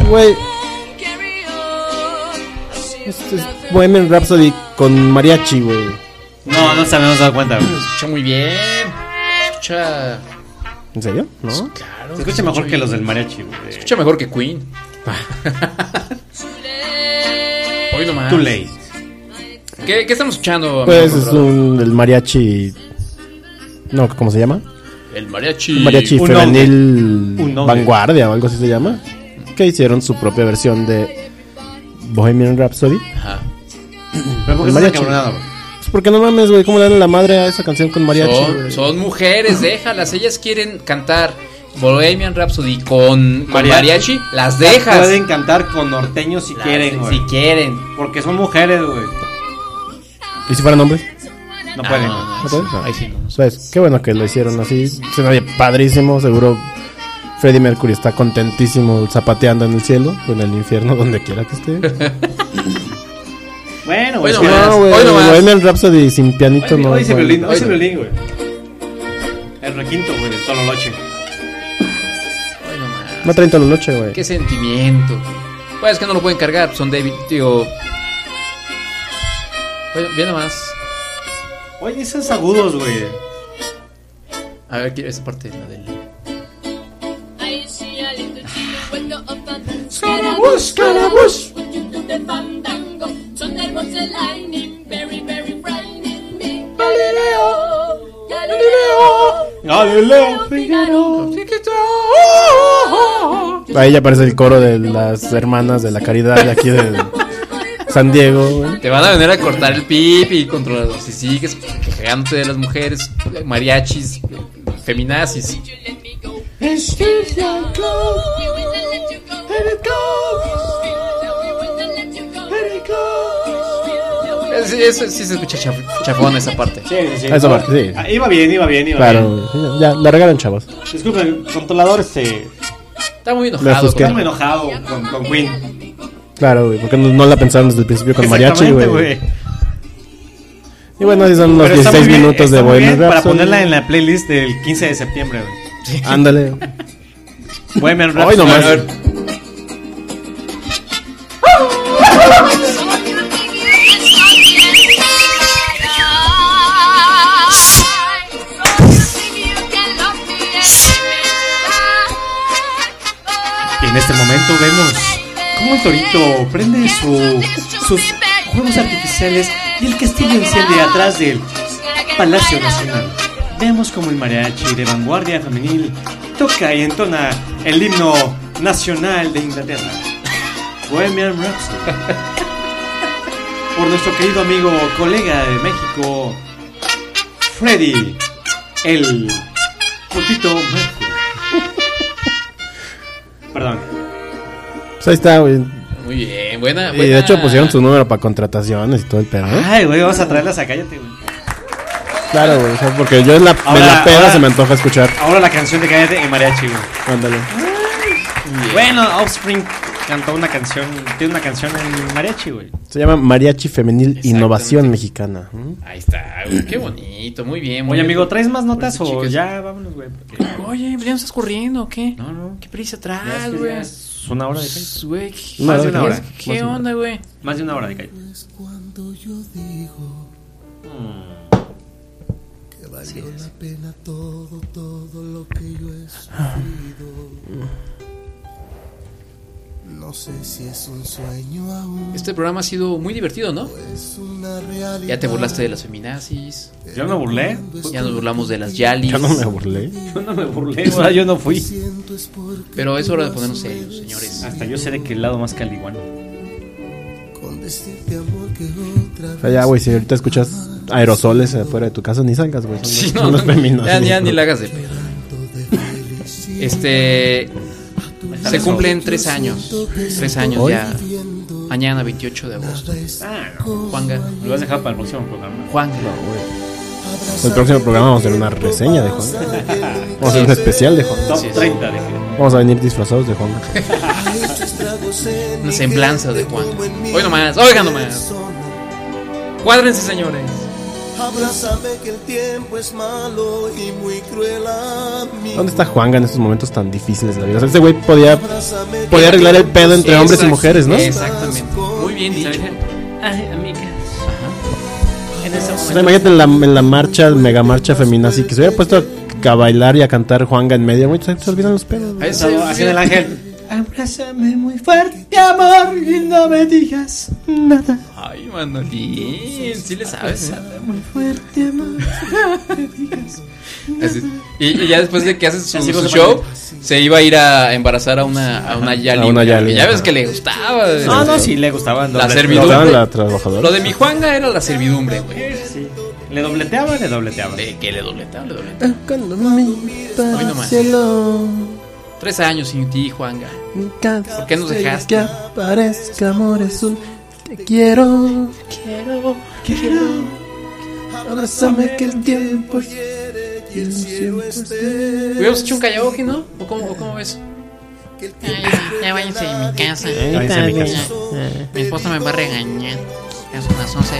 Güey, Es, Este es Bohemian Rhapsody con mariachi, güey. No, no se habíamos dado cuenta, güey. Escucha muy bien. Escucha. ¿En serio? ¿No? Claro. Se escucha mejor que los del mariachi, güey. Escucha mejor que Queen. Hoy nomás. Too late. ¿Qué, qué estamos escuchando? amigo Pues es controlador? un, el mariachi. No, ¿cómo se llama? El mariachi. El mariachi un femenil hombre. Un hombre. vanguardia o algo así se llama. Que hicieron su propia versión de Bohemian Rhapsody. Ajá. Pero ¿por qué El estás mariachi. encabronado, güey? Pues porque no mames, güey, ¿cómo le dan la madre a esa canción con mariachi? Son, güey? son mujeres, déjalas. Ellas quieren cantar Bohemian Rhapsody con, con Mariachi. mariachi. Las dejas. Pueden cantar con norteños si Las- quieren, güey. si quieren. Porque son mujeres, güey. ¿Y si fueran hombres? No pueden. güey. ¿No pueden? Ahí sí. Ah, no. Pues, qué bueno que lo hicieron así. Se oye padrísimo, seguro. Freddie Mercury está contentísimo zapateando en el cielo, o en el infierno, donde quiera que esté. Bueno, güey. Bueno, es que- más. No, güey, Hoy nomás. Bohemian Rhapsody sin pianito Hoy, no. hoy se güey. violín, hoy se violín, güey. El requinto, güey, del Tololoche. Ay, no más. No traen toda la noche, güey. Qué sentimiento. güey. Pues es que no lo pueden cargar. Son débil, tío. Bueno, bien nomás. Oye, esos agudos, güey. A ver, quiero esa parte de la del. Scarabus, scarabus. Galileo, Galileo, Ah, Galileo Figaro. Ahí ya aparece el coro de las hermanas de la caridad de aquí de San Diego, güey. Te van a venir a cortar el pipi, controlador. Si sigues quejándote de las mujeres, mariachis, feminazis. Es- es- es- sí se escucha chaf- chafón esa parte. Sí, sí, sí. Eso va, sí. Ah, Iba bien, iba bien, iba Claro, bien. güey. Sí, ya, la regalan, chavos. Disculpen, controlador, este. Está muy La enojado. juzgué. Está muy enojado con, con Queen. Claro, güey, porque no, no la pensaron desde el principio con mariachi, Exactamente, güey. Y bueno, así son unos Pero está 16 muy bien, minutos está de muy Bohemian bien Para Rhapsody. ponerla en la playlist del 15 de septiembre, güey. Ándale. Bohemian Rhapsody. Hoy nomás. A ver, Y en este momento vemos cómo el torito prende su, sus juegos artificiales y el castillo enciende atrás del Palacio Nacional. Vemos como el mariachi de vanguardia femenil toca y entona el himno nacional de Inglaterra. Bohemian Rhapsody. Por nuestro querido amigo, colega de México, Freddy, el putito Mercury. Perdón. Pues ahí está, güey. Muy bien, Ah, buena. Y de hecho pusieron su número para contrataciones y todo el pedo. ¿eh? Ay, güey, vamos a traerlas a cállate, güey. Claro, güey, o sea, porque yo en la, Ahora- en la peda ahora- se me antoja escuchar. Ahora la canción de cállate en mariachi, güey. Ándale. Bueno, Offspring cantó una canción, tiene una canción en mariachi, güey. Se llama Mariachi Femenil Innovación Mexicana. ¿Mm? Ahí está, güey, qué bonito, muy bien. muy Oye, bien. amigo, ¿traes más notas Pues, o chicas. ya vámonos, güey? Porque Oye, ¿ya no estás corriendo o qué? No, no. ¿Qué prisa ya traes, es que güey? ya es una hora de calle. Pues, Güey, ¿qué- Más de qué- una hora, Pues, ¿Qué más de una onda, güey? Más de una hora de calle. Cuando yo digo que valió la pena todo, todo lo que yo he sufrido. No sé si es un sueño aún. Este programa ha sido muy divertido, ¿no? Es una realidad. Ya te burlaste de las feminazis, Yo no me burlé. ya nos burlamos de las yalis. Yo no me burlé. Yo no me burlé, güey, yo no fui. Siento es porque Pero es hora de ponernos serios, señores. Ah, Hasta yo sé de qué lado más caliguano. con decirte amor que otra O sea, ya, güey, si ahorita escuchas aerosoles afuera de tu casa, ni salgas, güey. Son, Sí, los- son los feminos. ya, ya ¿no? ni la hagas de pedo. Este. Se cumplen tres años. Tres años ¿Hoy? ya. Mañana, 28 de agosto. Ah, Juanga. lo vas a dejar para el próximo programa. Juan. El próximo programa vamos a hacer una reseña de Juan. Vamos a hacer un especial de Juan. Top Así es. 30, dije. Vamos a venir disfrazados de Juan. Una semblanza de Juan. Hoy nomás, oigan nomás. Cuádrense, señores. Abrázame que el tiempo es malo y muy cruel a mí. ¿Dónde está Juanga en estos momentos tan difíciles de la vida? O sea, ese güey podía, Abrázame que podía arreglar el pedo entre hombres y Exact- mujeres, ¿no? Exactamente. Muy bien dicho. Ay, amigas. En ese O sea, imagínate en la, en la marcha, en mega marcha feminazi, que se hubiera puesto a, a bailar y a cantar Juanga en medio. güey, se, se olvidan los pedos. güey. Haciendo el ángel. Abrázame muy fuerte, amor, y no me digas nada. Ay, Manolín, sí le sabes. ¿eh? Muy fuerte, amor, no me digas Así- y, y ya después de que hace su, Así su José show, se iba a ir a embarazar a una, a una Yali. A una porque Yali, ya ajá. ves que le gustaba. Ah, No, no, sí, le gustaban. La doble- servidumbre. Estaban güey. la trabajadora. Lo de mi Juanga era la servidumbre, güey. Sí. Le dobleteaba, le dobleteaba. De que le dobletaba, le dobletaba. Hoy nomás. Tres años sin ti, Juanga. ¿Por qué nos dejaste? Que aparezca amor es un te quiero. Quiero, quiero. Abrázame que el tiempo y el cielo esté. Hubiéramos hecho un karaoke, ¿no? ¿O cómo, o cómo ves? Ay, ya váyanse de mi casa. váyanse de mi casa. Ya. Mi esposa me va a regañar. Ya son las 11.25.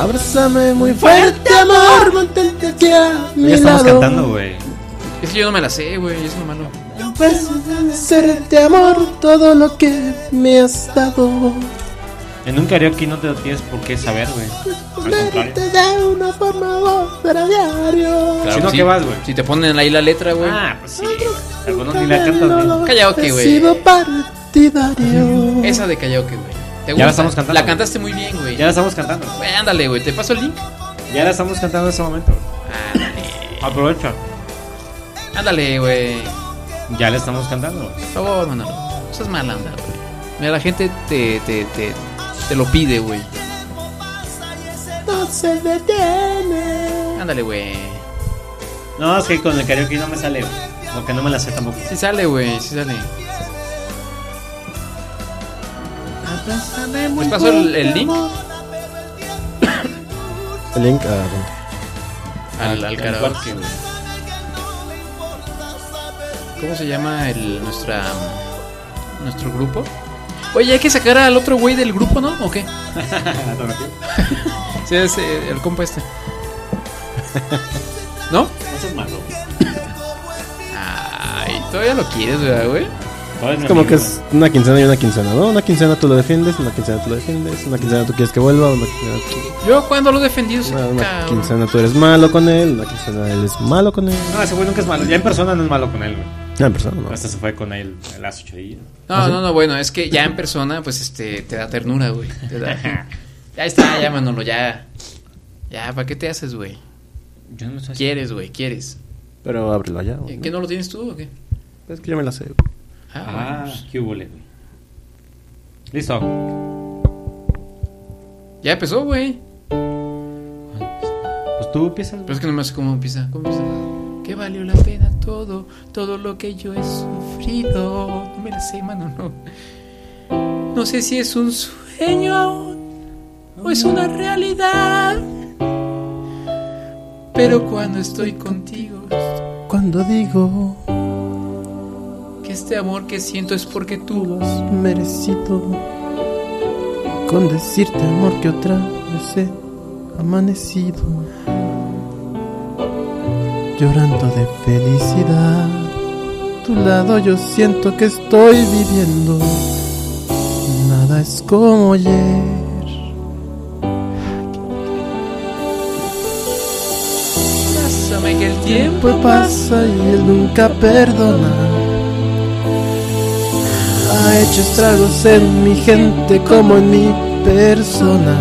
Abrázame muy fuerte, amor. Mantente aquí a mi Ya estamos lado. cantando, güey. Es que yo no me la sé, güey. Es lo malo. Agradecerte, amor, todo lo que me has dado. En un karaoke no te lo tienes por qué saber, güey. Pues Al contrario. Te da una forma otra a diario. Si no, que ¿qué vas, güey? Si te ponen ahí la letra, güey. Ah, pues sí. güey. Algunos ni la cantan, güey. Karaoke, güey. Sigo partidario. Esa de karaoke, güey. ¿Te Ya gusta? la estamos cantando. La cantaste muy bien, güey. Ya la estamos cantando. Güey, ándale, güey. ¿Te paso el link? Ya la estamos cantando en ese momento. Ah, Aprovecha. Ándale, güey. Ya la estamos cantando. Por favor, Manolo. Eso es mala onda, güey. Mira, la gente te, te, te, te lo pide, güey. No se detiene. Ándale, güey. No, es que con el karaoke no me sale, güey. Porque no me la sé tampoco. Sí sale, güey. Sí sale. ¿Les paso el, el link El link. ah, bueno. al, al karaoke? Karaoke, güey. ¿Cómo se llama el, nuestra, nuestro grupo? Oye, hay que sacar al otro güey del grupo, ¿no? ¿O qué? Ah, Sí, es eh, el compa este. ¿No? No seas malo. Ay, todavía lo quieres, ¿verdad, güey? Es como que es una quincena y una quincena, ¿no? Una quincena tú lo defiendes, una quincena tú lo defiendes, una quincena tú quieres que vuelva, una quincena tú, ah, Yo cuando lo he defendido, soy una, una cabrón. quincena tú eres malo con él, una quincena él es malo con él. No, ese güey nunca es malo. Ya en persona no es malo con él, güey. Ah, en persona, no. Hasta se fue con él a las ocho días. No, no, no, bueno, es que ya en persona, pues, este, te da ternura, güey. Te da- Ya está, ya, Manolo, ya. Ya, ¿para qué te haces, güey? Yo no sé si- Quieres, güey, quieres. Pero ábrelo allá. güey. Eh, ¿Qué no lo tienes tú o qué? Es que yo me la sé. Ah, Ah, bueno, pues, qué hubole, güey. Listo. ya empezó, güey. Pues tú empiezas. Pero es que no me hace cómo empieza. ¿Cómo empieza? Que valió la pena todo, todo lo que yo he sufrido. No me la sé, mano, no. No sé si es un sueño aún o es una realidad. Pero cuando estoy contigo, Cuando digo que este amor que siento es porque tú tú lo has merecido, con decirte amor que otra vez he amanecido, llorando de felicidad. A tu lado yo siento que estoy viviendo, nada es como ayer. Pásame que el tiempo tiempo pasa y él nunca perdona. Ha hecho estragos en mi gente como en mi persona.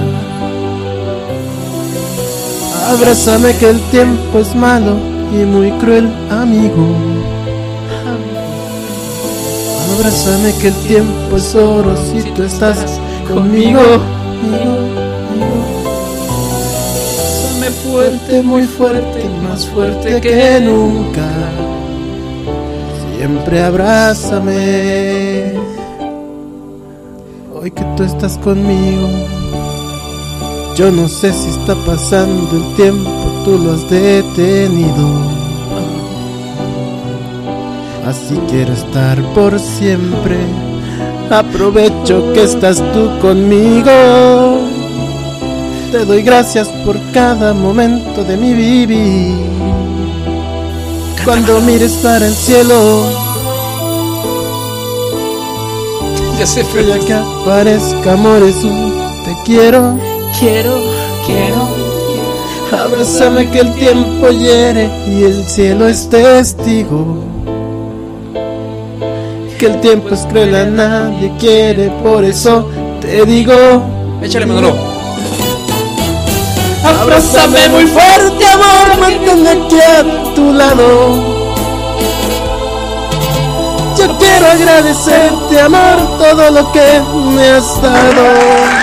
Abrázame que el tiempo es malo y muy cruel, amigo. Abrázame que el tiempo es oro si tú estás conmigo. Abrázame fuerte, muy fuerte, más fuerte que nunca. Siempre abrázame. Hoy que tú estás conmigo. Yo no sé si está pasando el tiempo, tú lo has detenido. Así quiero estar por siempre. Aprovecho que estás tú conmigo. Te doy gracias por cada momento de mi vivir. Cuando mires para el cielo, ya se ya que aparezca amor es un te quiero, Quiero, quiero. abrázame que el tiempo hiere y el cielo es testigo. Que el tiempo es cruel, a nadie quiere, por eso te digo, Échale, Manolo. abrázame muy fuerte, amor, manténme aquí a tu lado. Yo quiero agradecerte, amor, todo lo que me has dado.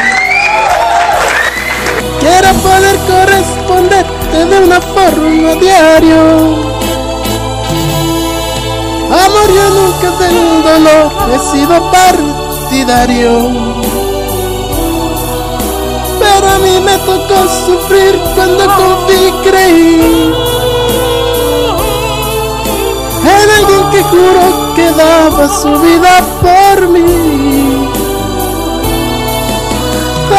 Quiero poder corresponderte de una forma diario. Amor, yo nunca del dolor he sido partidario. Pero a mí me tocó sufrir cuando confí creí. En alguien que juró que daba su vida por mí.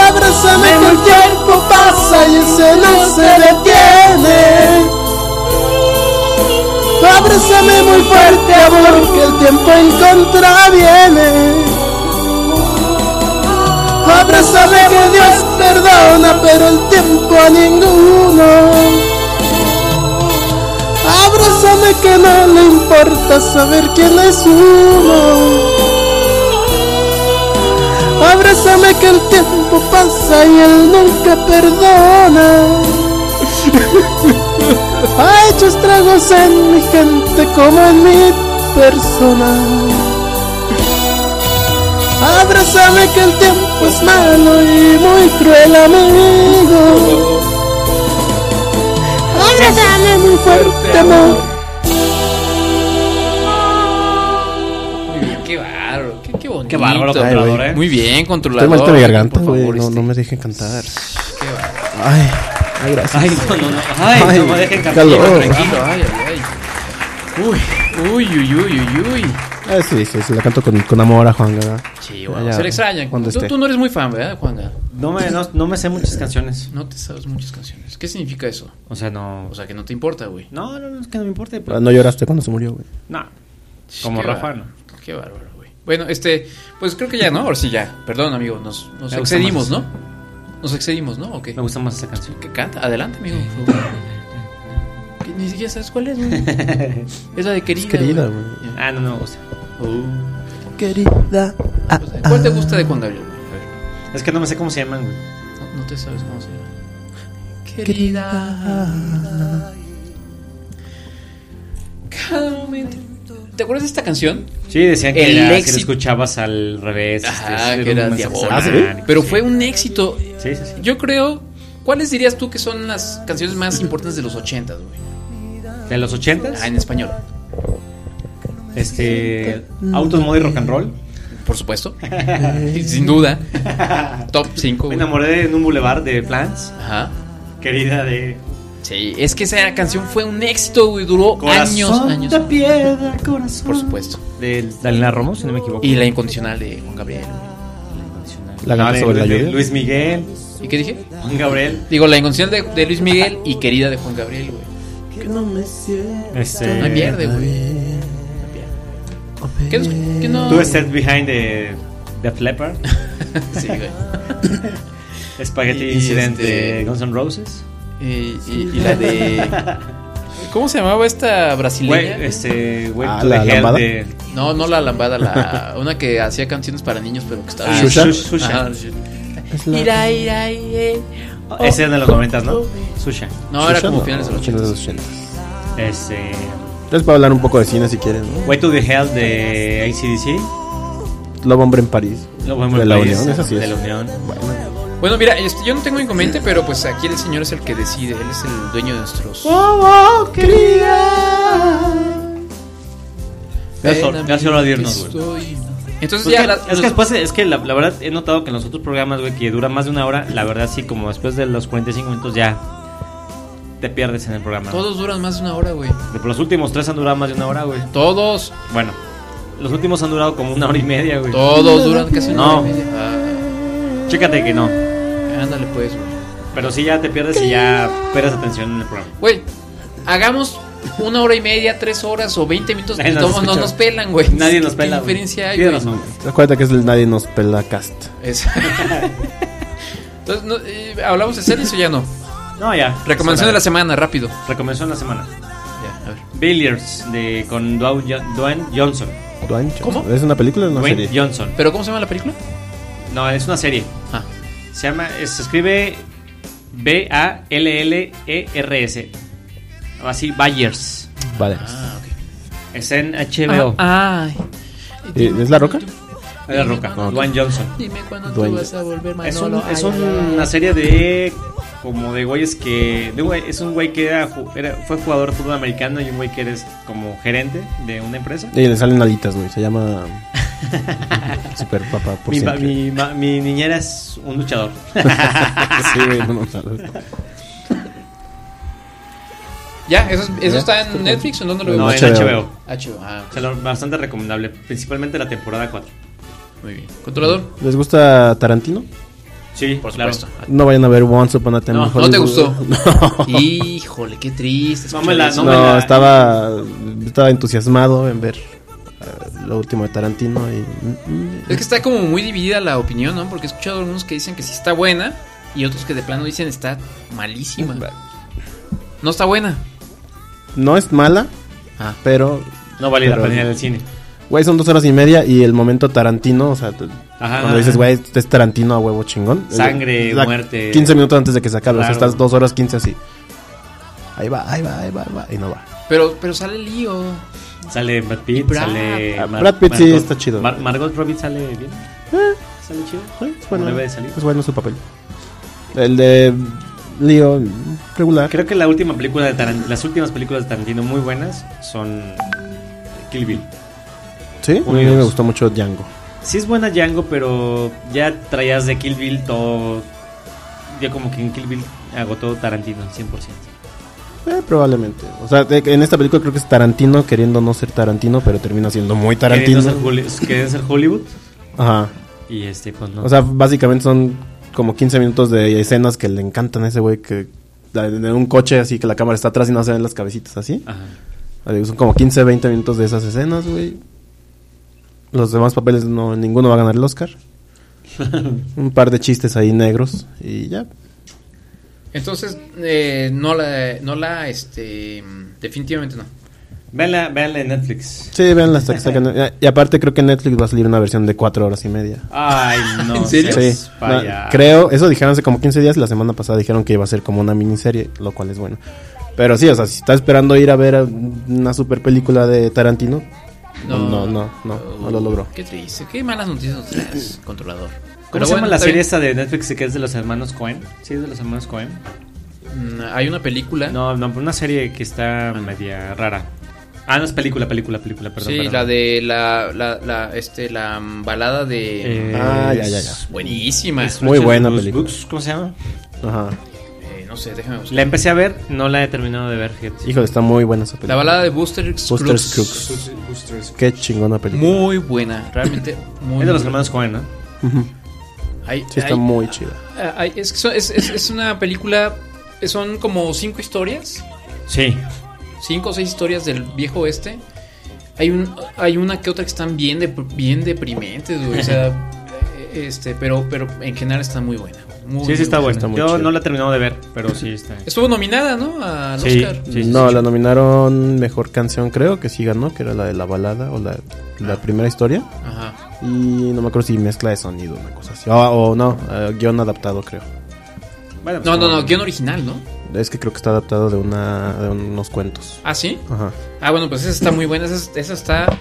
Abrázame que el tiempo pasa y ese no se detiene. Abrázame muy fuerte, amor, que el tiempo en contra viene. Abrázame que Dios perdona, pero el tiempo a ninguno. Abrázame que no le importa saber quién es uno. Abrázame que el tiempo pasa y él nunca perdona. Ha hecho estragos en mi gente como en mi persona. Abrázame que el tiempo es malo y muy cruel amigo. Abrázame muy fuerte amor. Muy bien, qué bárbaro. Qué, qué bonito. Qué bárbaro, Ay, controlador, güey. ¿eh? Muy bien, controlador. Estoy mal de mi garganta, Por güey. favor, No, este, no me dejen cantar. qué bárbaro. Ay, ay, gracias. Ay, no, no, no. Ay, Ay, no me dejen cantar. calor. Tranquilo. Ay, ay, ay. Uy, uy, uy, uy, uy, uy. Ah, sí, sí, sí, la canto con, con amor a Juan, ¿verdad? Sí, Ya, ya, Se le extraña. cuando Tú, esté. tú no eres muy fan, ¿verdad, Juanga? No me, no, no me sé muchas canciones. No te sabes muchas canciones. ¿Qué significa eso? O sea, no. O sea, que no te importa, güey. No, no, no, es que no me importe. Ah, Pues. No lloraste cuando se murió, güey. No. Como Qué Rafa, bárbaro, ¿no? Qué bárbaro, güey. Bueno, este, pues creo que ya, ¿no? Ahora sí ya. Perdón, amigo, nos, nos Me gusta excedimos, más. ¿no? Nos excedimos, ¿no? ¿O qué? Me gusta más esa canción. Que canta, adelante, amigo. por favor. Que Ni siquiera sabes cuál es, güey. Es la de querida. querida, güey. güey. Ah, no, no me gusta. Oh. Querida, Pues, ¿Cuál te gusta de Juan Gabriel? güey? A ver, Es que no me sé cómo se llaman, güey. no, no te sabes cómo se llama. querida. Cada momento. ¿Te acuerdas de esta canción? Sí, decían que El era, si éxito- lo escuchabas al revés. Ajá, este, Ah, que un era mensaje diabólica. satánico, Pero sí. fue un éxito. Sí, sí, sí. Yo creo. ¿Cuáles dirías tú que son las canciones más importantes de los 80, güey? De los ochentas, Ah, en español. este, autos, moda y rock and roll. Por supuesto. Sin duda. Top 5. Me enamoré en un boulevard de Plants, Ajá. querida de Sí, es que esa canción fue un éxito, güey. Duró Corazón años, de años. piedra, corazón. Por supuesto. De Dalina Romo, si no me equivoco. Ah, Y la incondicional de Juan Gabriel. La No, gata de- sobre la de lluvia. Luis Miguel, ¿Y qué dije? Juan Gabriel. Digo, la incondicional de, de Luis Miguel y querida de Juan Gabriel, güey. Este, No hay pierde, güey. No pierde. ¿Qué, nos- qué no? Two Steps Behind de The Leppard. Sí, güey. Spaghetti Y- y Incident este- de Guns N' Roses. Y, y- y la de. ¿Cómo se llamaba esta Güey, brasileña? este, Way Ah, to la the Hell lambada. de No, no la lambada, la una que hacía canciones para niños, pero que estaba. ah, Xuxa. Xu- Xuxa. Ajá, sí. Ira, ira, ire. Ese era de los 90, ¿no? Susha. No, era Chucha, como no, finales de los 80. finales de los 80. Este. Entonces, para hablar un poco de cine si quieren, ¿no? Way to the Hell de ACDC. Lobo Hombre en París. Lo vemos De en la París, Unión, eso sí De es. la Unión. Bueno, mira, este, yo no tengo inconveniente, pero pues aquí el señor es el que decide, él es el dueño de nuestros. Oh, oh, querida. Gracias por- Ven a gracias mí por que odirnos, güey. estoy- Entonces Pues ya que- la- es que después, es que la, la verdad he notado que en los otros programas, güey, que dura más de una hora, la verdad sí, como después de los 45 minutos ya te pierdes en el programa. todos duran más de una hora, güey. Pero Los últimos tres han durado más de una hora, güey. Todos, Bueno, los últimos han durado como una hora y media, güey. todos duran casi una No. hora y media. Ah, Chécate que no. ándale pues, güey. Pero sí ya te pierdes y ya pierdes atención en el programa. Güey, hagamos una hora y media, tres horas o 20 minutos. Nadie y nos todos no, escucha. nos pelan, güey. Nadie nos ¿Qué pela. güey. diferencia hay, Pídanos, güey? güey. Acuérdate que es el Nadie nos pela cast. Es- Entonces, no, eh, ¿hablamos de series o ya no? No, ya. Recomendación de la semana, rápido. Recomendación de la semana. Ya, a ver. Billiards de, con Dwayne Jo- Dwayne Johnson. ¿Cómo? ¿Es una película o una Dwayne serie? Johnson. ¿Pero cómo se llama la película? No, es una serie. Ah. Se llama, es- se escribe B-A-L-L-E-R-S. E Así, Bayers. Vale. Ah. Es en HBO. Ah, Ay. Eh, ¿Es La Roca? La Roca, Ah, ok. Dwayne Johnson. Dime cuándo Dueño. a volver, Es, un- es una serie de. Como de güeyes que. de un güey- es un güey que era, ju- era- fue jugador de fútbol americano y un güey que eres como gerente de una empresa. Y le salen alitas, güey. Se llama. Super Papa por Mi, pa- siempre. mi ma- mi niñera es un luchador. sí, güey, no, no, no. Ya, eso, es- eso Ya, está en Netflix o en dónde lo veo? no, en HBO. HBO. HBO. Ah, Se lo- Bastante recomendable, principalmente la temporada 4. muy bien. ¿Controlador? ¿Les gusta Tarantino? Sí, Por claro. supuesto. No vayan a ver Once Upon a Time No, in ¿No te Hollywood. gustó? No. Híjole, qué triste. No escuchar me la- eso. no No, me la- estaba, estaba entusiasmado en ver eh, lo último de Tarantino y... mm, Es que está como muy dividida la opinión, ¿no? Porque he escuchado algunos que dicen que sí está buena y otros que de plano dicen está malísima. No está buena. No es mala, Ah. pero... No vale la Pero- pena ir al cine. Güey, son dos horas y media y el momento Tarantino, o sea, te- Ajá. cuando dices, güey, este es Tarantino a huevo chingón. Sangre, Es la- muerte. 15 minutos antes de que se acabe, o sea, Claro. estás dos horas 15 así. Ahí va, ahí va, ahí va, ahí va, y no va. Pero, pero sale lío. Sale Brad Pitt, Brad- sale. Ah, Brad Pitt sí está chido. Mar- Margot Robbie sale bien. Sale chido. Güey, es Como bueno, debe de salir. es bueno su papel. El de Leo, regular. Creo que la última película de Tarantino, las últimas películas de Tarantino muy buenas son Kill Bill. Sí, a mí Unidos. me gustó mucho Django. Sí es buena Django, pero ya traías de Kill Bill todo. Ya como que en Kill Bill agotó Tarantino 100%. Eh, probablemente. O sea, de- en esta película creo que es Tarantino queriendo no ser Tarantino, pero termina siendo muy Queriendo Tarantino. ser Holly- queriendo ser Hollywood Ajá. y este, pues no. O sea, básicamente son como 15 minutos de escenas que le encantan a ese güey que en un coche así que la cámara está atrás y no se ven las cabecitas así. Ajá. O sea, Son como 15, 20 minutos de esas escenas, güey. Los demás papeles no ninguno va a ganar el Oscar. un par de chistes ahí negros y ya. Entonces, eh, no la, no la, este, mm, definitivamente no. Véanla, véanla en Netflix. Sí, vean las Y aparte creo que en Netflix va a salir una versión de 4 horas y media. Ay, no. ¿En serio? Sí, seas payaso. no, creo, eso dijeron hace como 15 días, la semana pasada dijeron que iba a ser como una miniserie, lo cual es bueno. Pero sí, o sea, si está esperando ir a ver a una super película de Tarantino, no, no, no, no, no lo logró. Uh, Qué triste, qué malas noticias nos traes, controlador. ¿Cómo Pero se llama bueno, la está serie bien. esta de Netflix que es de los hermanos Ah. Cohen? ¿Sí es de los hermanos Cohen? Mm, Hay una película. No, no, pero una serie que está media rara. Ah, no, es película, película, película, perdón. sí, perdón. la de la, la, la, este, la mm, balada de... Eh, Ah, ya, ya, ya. es- Buenísima. es muy Richard buena Bruce película. Brooks, ¿Cómo se llama? Ajá. Eh, no sé, déjame buscar. La empecé a ver, no la he terminado de ver, fíjate. Híjole, está muy buena esa La película. balada de Buster Scruggs. Buster Scruggs. Qué chingona película. Muy buena, realmente muy Es de los buena. hermanos Cohen, ¿no? Ujú. Hay- Sí, está hay- muy chida. Ah, ay, es, que son- es, es- es una película, son como cinco historias, Sí. cinco o seis historias del viejo oeste. Hay, un, hay una que otra que están bien, de, bien deprimentes, güey, o sea, eh, este, pero, pero en general está muy buena. muy, Sí, sí muy está buena. Está muy Yo chida. no la he terminado de ver, pero sí está. Estuvo nominada, ¿no? Al Sí, Oscar. sí, sí, no, sí. la nominaron mejor canción, creo que sí ganó, que era la de la balada o la, la primera historia. Ajá. Y no me acuerdo si mezcla de sonido, una cosa así. Ah, O, no, eh, guión adaptado, creo. Bueno, pues, No, no, como- no, guión original, ¿no? Es que creo que está adaptado de, una, de unos cuentos. Ah, sí. Ajá. Ah, bueno, pues esa está muy buena, esa, esa está...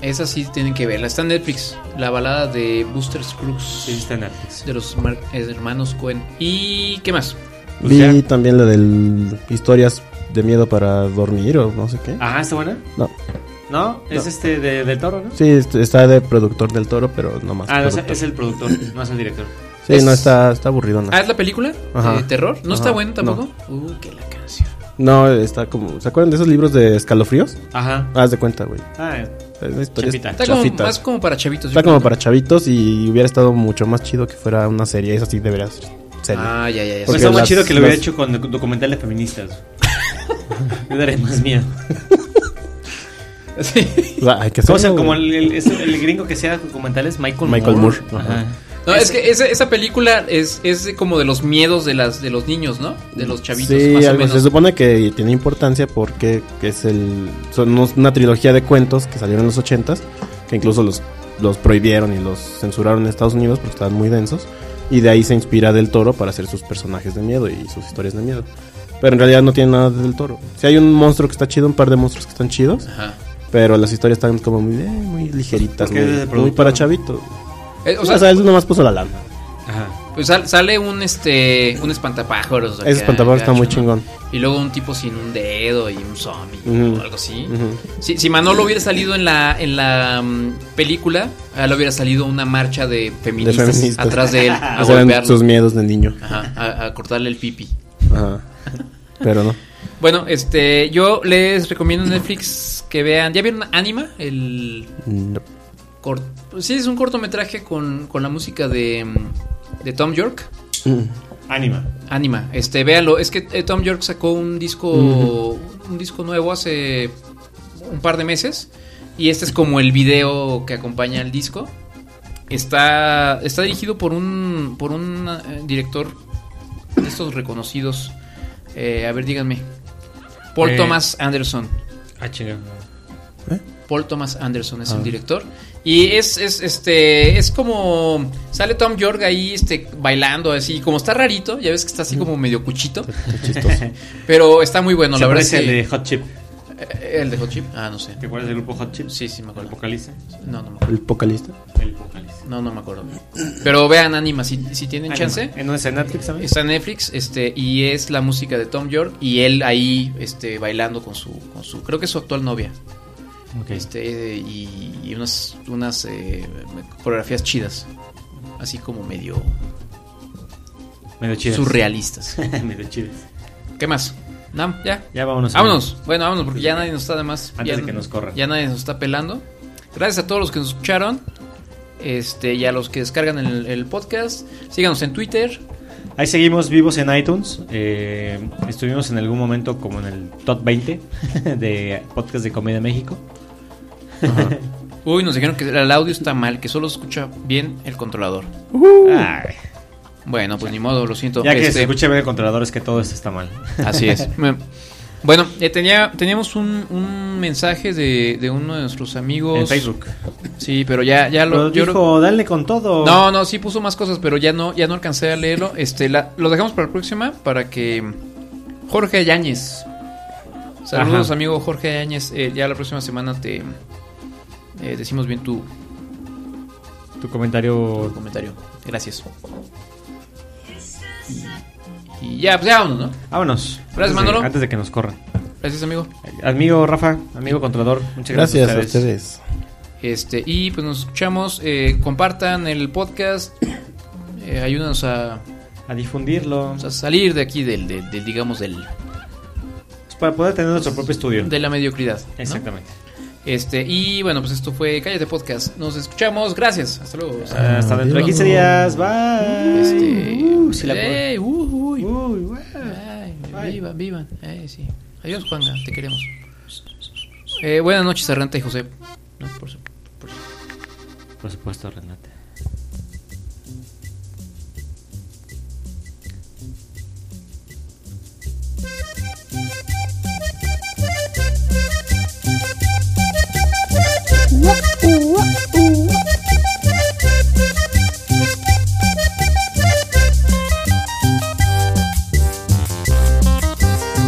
Esa sí tienen que verla. Está en Netflix, la balada de Buster Scruggs. Sí, está en Netflix. de los mar- eh, hermanos Cohen. ¿Y qué más? Pues Vi ya. también la del historias de miedo para dormir o no sé qué. Ajá, ¿está buena? No. No, es este de, del toro, ¿no? Sí, est- está de productor del toro, pero no más. Ah, no, es, productor. es el productor, no es el director. Sí, es- no, está, está aburrido. No. Ah, ¿es la película? Ajá. ¿De terror? ¿No está Ajá, buena tampoco? Uh, que la canción. No, está como... ¿Se acuerdan de esos libros de escalofríos? Ajá. Haz de cuenta, güey. Ah, Es una historia Chapita. Está como, chafita. más como para chavitos. yo Está como creo, para ¿no? chavitos y hubiera estado mucho más chido que fuera una serie. Eso sí debería ser serie. Ah, ya, ya, ya. Porque Pues está más las- chido que lo hubiera las- hecho con doc- documentales feministas. Yo daré más miedo. Sí. O sea, hay que O sea, hacerlo, como güey. el, el- es el gringo que sea documentales, Michael, Michael Moore. Ajá. Ajá. No, es que esa, esa película es, es como de los miedos de las de los niños, ¿no? De los chavitos, Sí, más o algo, menos. se supone que tiene importancia porque es el son unos- una trilogía de cuentos que salieron en los 80s, que incluso los, los prohibieron y los censuraron en Estados Unidos porque estaban muy densos, y de ahí se inspira Del Toro para hacer sus personajes de miedo y sus historias de miedo. Pero en realidad no tiene nada de Del Toro. Si hay un monstruo que está chido, un par de monstruos que están chidos, Ajá. pero las historias están como muy, eh, muy ligeritas, ¿Por qué muy, es de muy productor? para chavitos. Eh, o o, sea, sea- él nomás puso la lana. Pues sal- sale un este un espantapájaros. acá, Ese espantapájaros está gacho, muy ¿no? chingón. Y luego un tipo sin un dedo y un zombie Ujú. o algo así. Ujú. si, si Manolo hubiera salido en la en la mm, película, ahora le hubiera salido una marcha de feministas, de feministas. atrás de él a Esos eran golpearlo. sus miedos de niño. Ajá, a, a cortarle el pipi. Ajá. Pero no. Bueno, este, yo les recomiendo en Netflix que vean. ¿Ya vieron Anima? El No. cort- sí, es un cortometraje con, con la música de, mm, de Tom York. Anima. Anima, este, véanlo. Es que eh, Tom York sacó un disco, Ujú. un disco nuevo hace un par de meses. Y este es como el video que acompaña el disco. Está, está dirigido por un, por un eh, director de estos reconocidos. Eh, a ver, díganme. Paul Eh. Thomas Anderson. Ah, chinga. Paul Thomas Anderson es Ah. el director. Y es, es, este, es como, sale Tom York ahí, este, bailando así, como está rarito, ya ves que está así como medio cuchito. Pero está muy bueno, ¿Se la verdad es parece que- el de Hot Chip? Eh, ¿El de Hot Chip? Ah, no sé. ¿Te acuerdas del grupo Hot Chip? Sí, sí, me acuerdo. ¿El vocalista? No, no me El vocalista. El vocalista. No, no me acuerdo. Pero vean Anima, si, si tienen Anima. chance. ¿En dónde está? ¿En Netflix también? Está en Netflix, este, y es la música de Tom York y él ahí este, bailando con su, con su, creo que es su actual novia. Este, y, y unas, unas eh, coreografías chidas. Así como medio Medio chidas. surrealistas. Medio chidas. ¿Qué más? Nam, ya. Ya vámonos. Vámonos. Bueno, vámonos porque ya nadie nos está de más. Antes ya de no- que nos corran. Ya nadie nos está pelando. Gracias a todos los que nos escucharon. Este, y a los que descargan el, el podcast. Síganos en Twitter. Ahí seguimos vivos en iTunes. Eh, estuvimos en algún momento como en el top 20 de podcast de Comedia México. Uy, nos dijeron que el audio está mal, que solo escucha bien el controlador. Ay. Bueno, pues ni modo, lo siento. Ya que Uh. Este, se escuche bien el controlador es que todo esto está mal. Así es. Bueno, eh, tenía, teníamos un, un mensaje de, de uno de nuestros amigos. En Facebook. Sí, pero ya, ya lo. Pero yo lo- dijo, dale con todo. No, no, sí puso más cosas, pero ya no, ya no alcancé a leerlo. Este, la- lo dejamos para la próxima para que Jorge Yáñez. Saludos, Ajá. amigo Jorge Yáñez. Eh, ya la próxima semana te eh, decimos bien tu, Tu comentario. tu comentario. Gracias. Y ya, pues ya vámonos, ¿no? Vámonos. Gracias, Antes de- Manolo. Antes de que nos corran. Gracias, amigo. Amigo Rafa, amigo controlador, muchas gracias, Gracias a ustedes. ustedes. Este, y pues nos escuchamos. eh, compartan el podcast. eh, ayúdanos a, pues, a difundirlo. A salir de aquí del, del- del, digamos, del, Pues Para poder tener nuestro propio estudio. de la mediocridad. ¿no? Exactamente. Este, y bueno, pues esto fue Cállate Podcast. Nos escuchamos. Gracias. Hasta luego. Ah, Este, Hasta dentro de 15 días. Bye. Uh, sí la Uh. Ey, uy, uy. Ay, Bye. vivan, vivan. Eh, sí. Adiós, Juanga. Te queremos. Eh, buenas noches, Arrante y José. No, por su- por su- Por supuesto, Renata.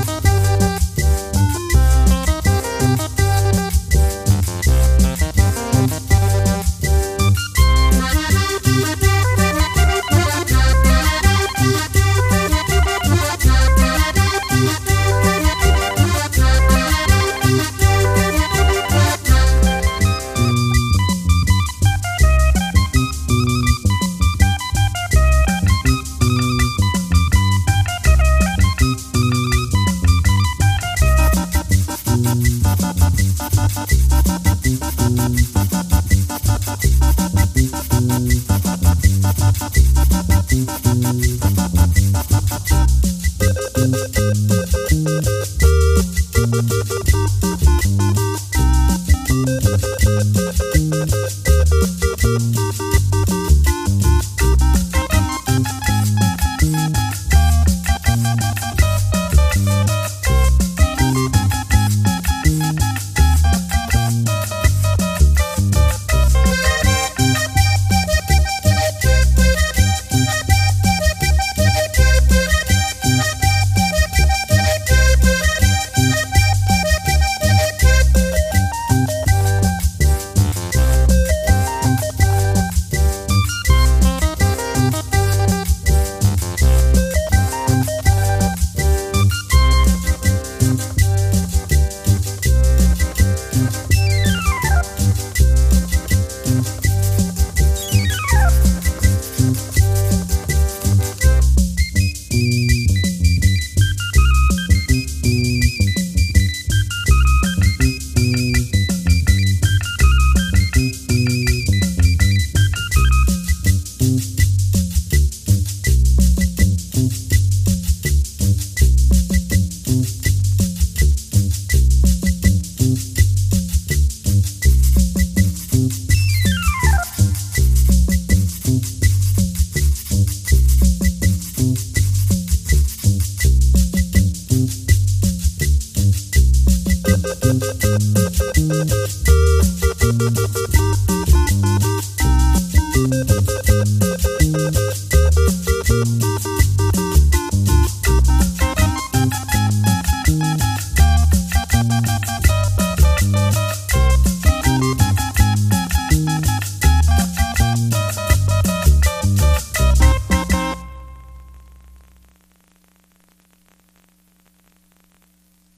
Thank you. Thank you.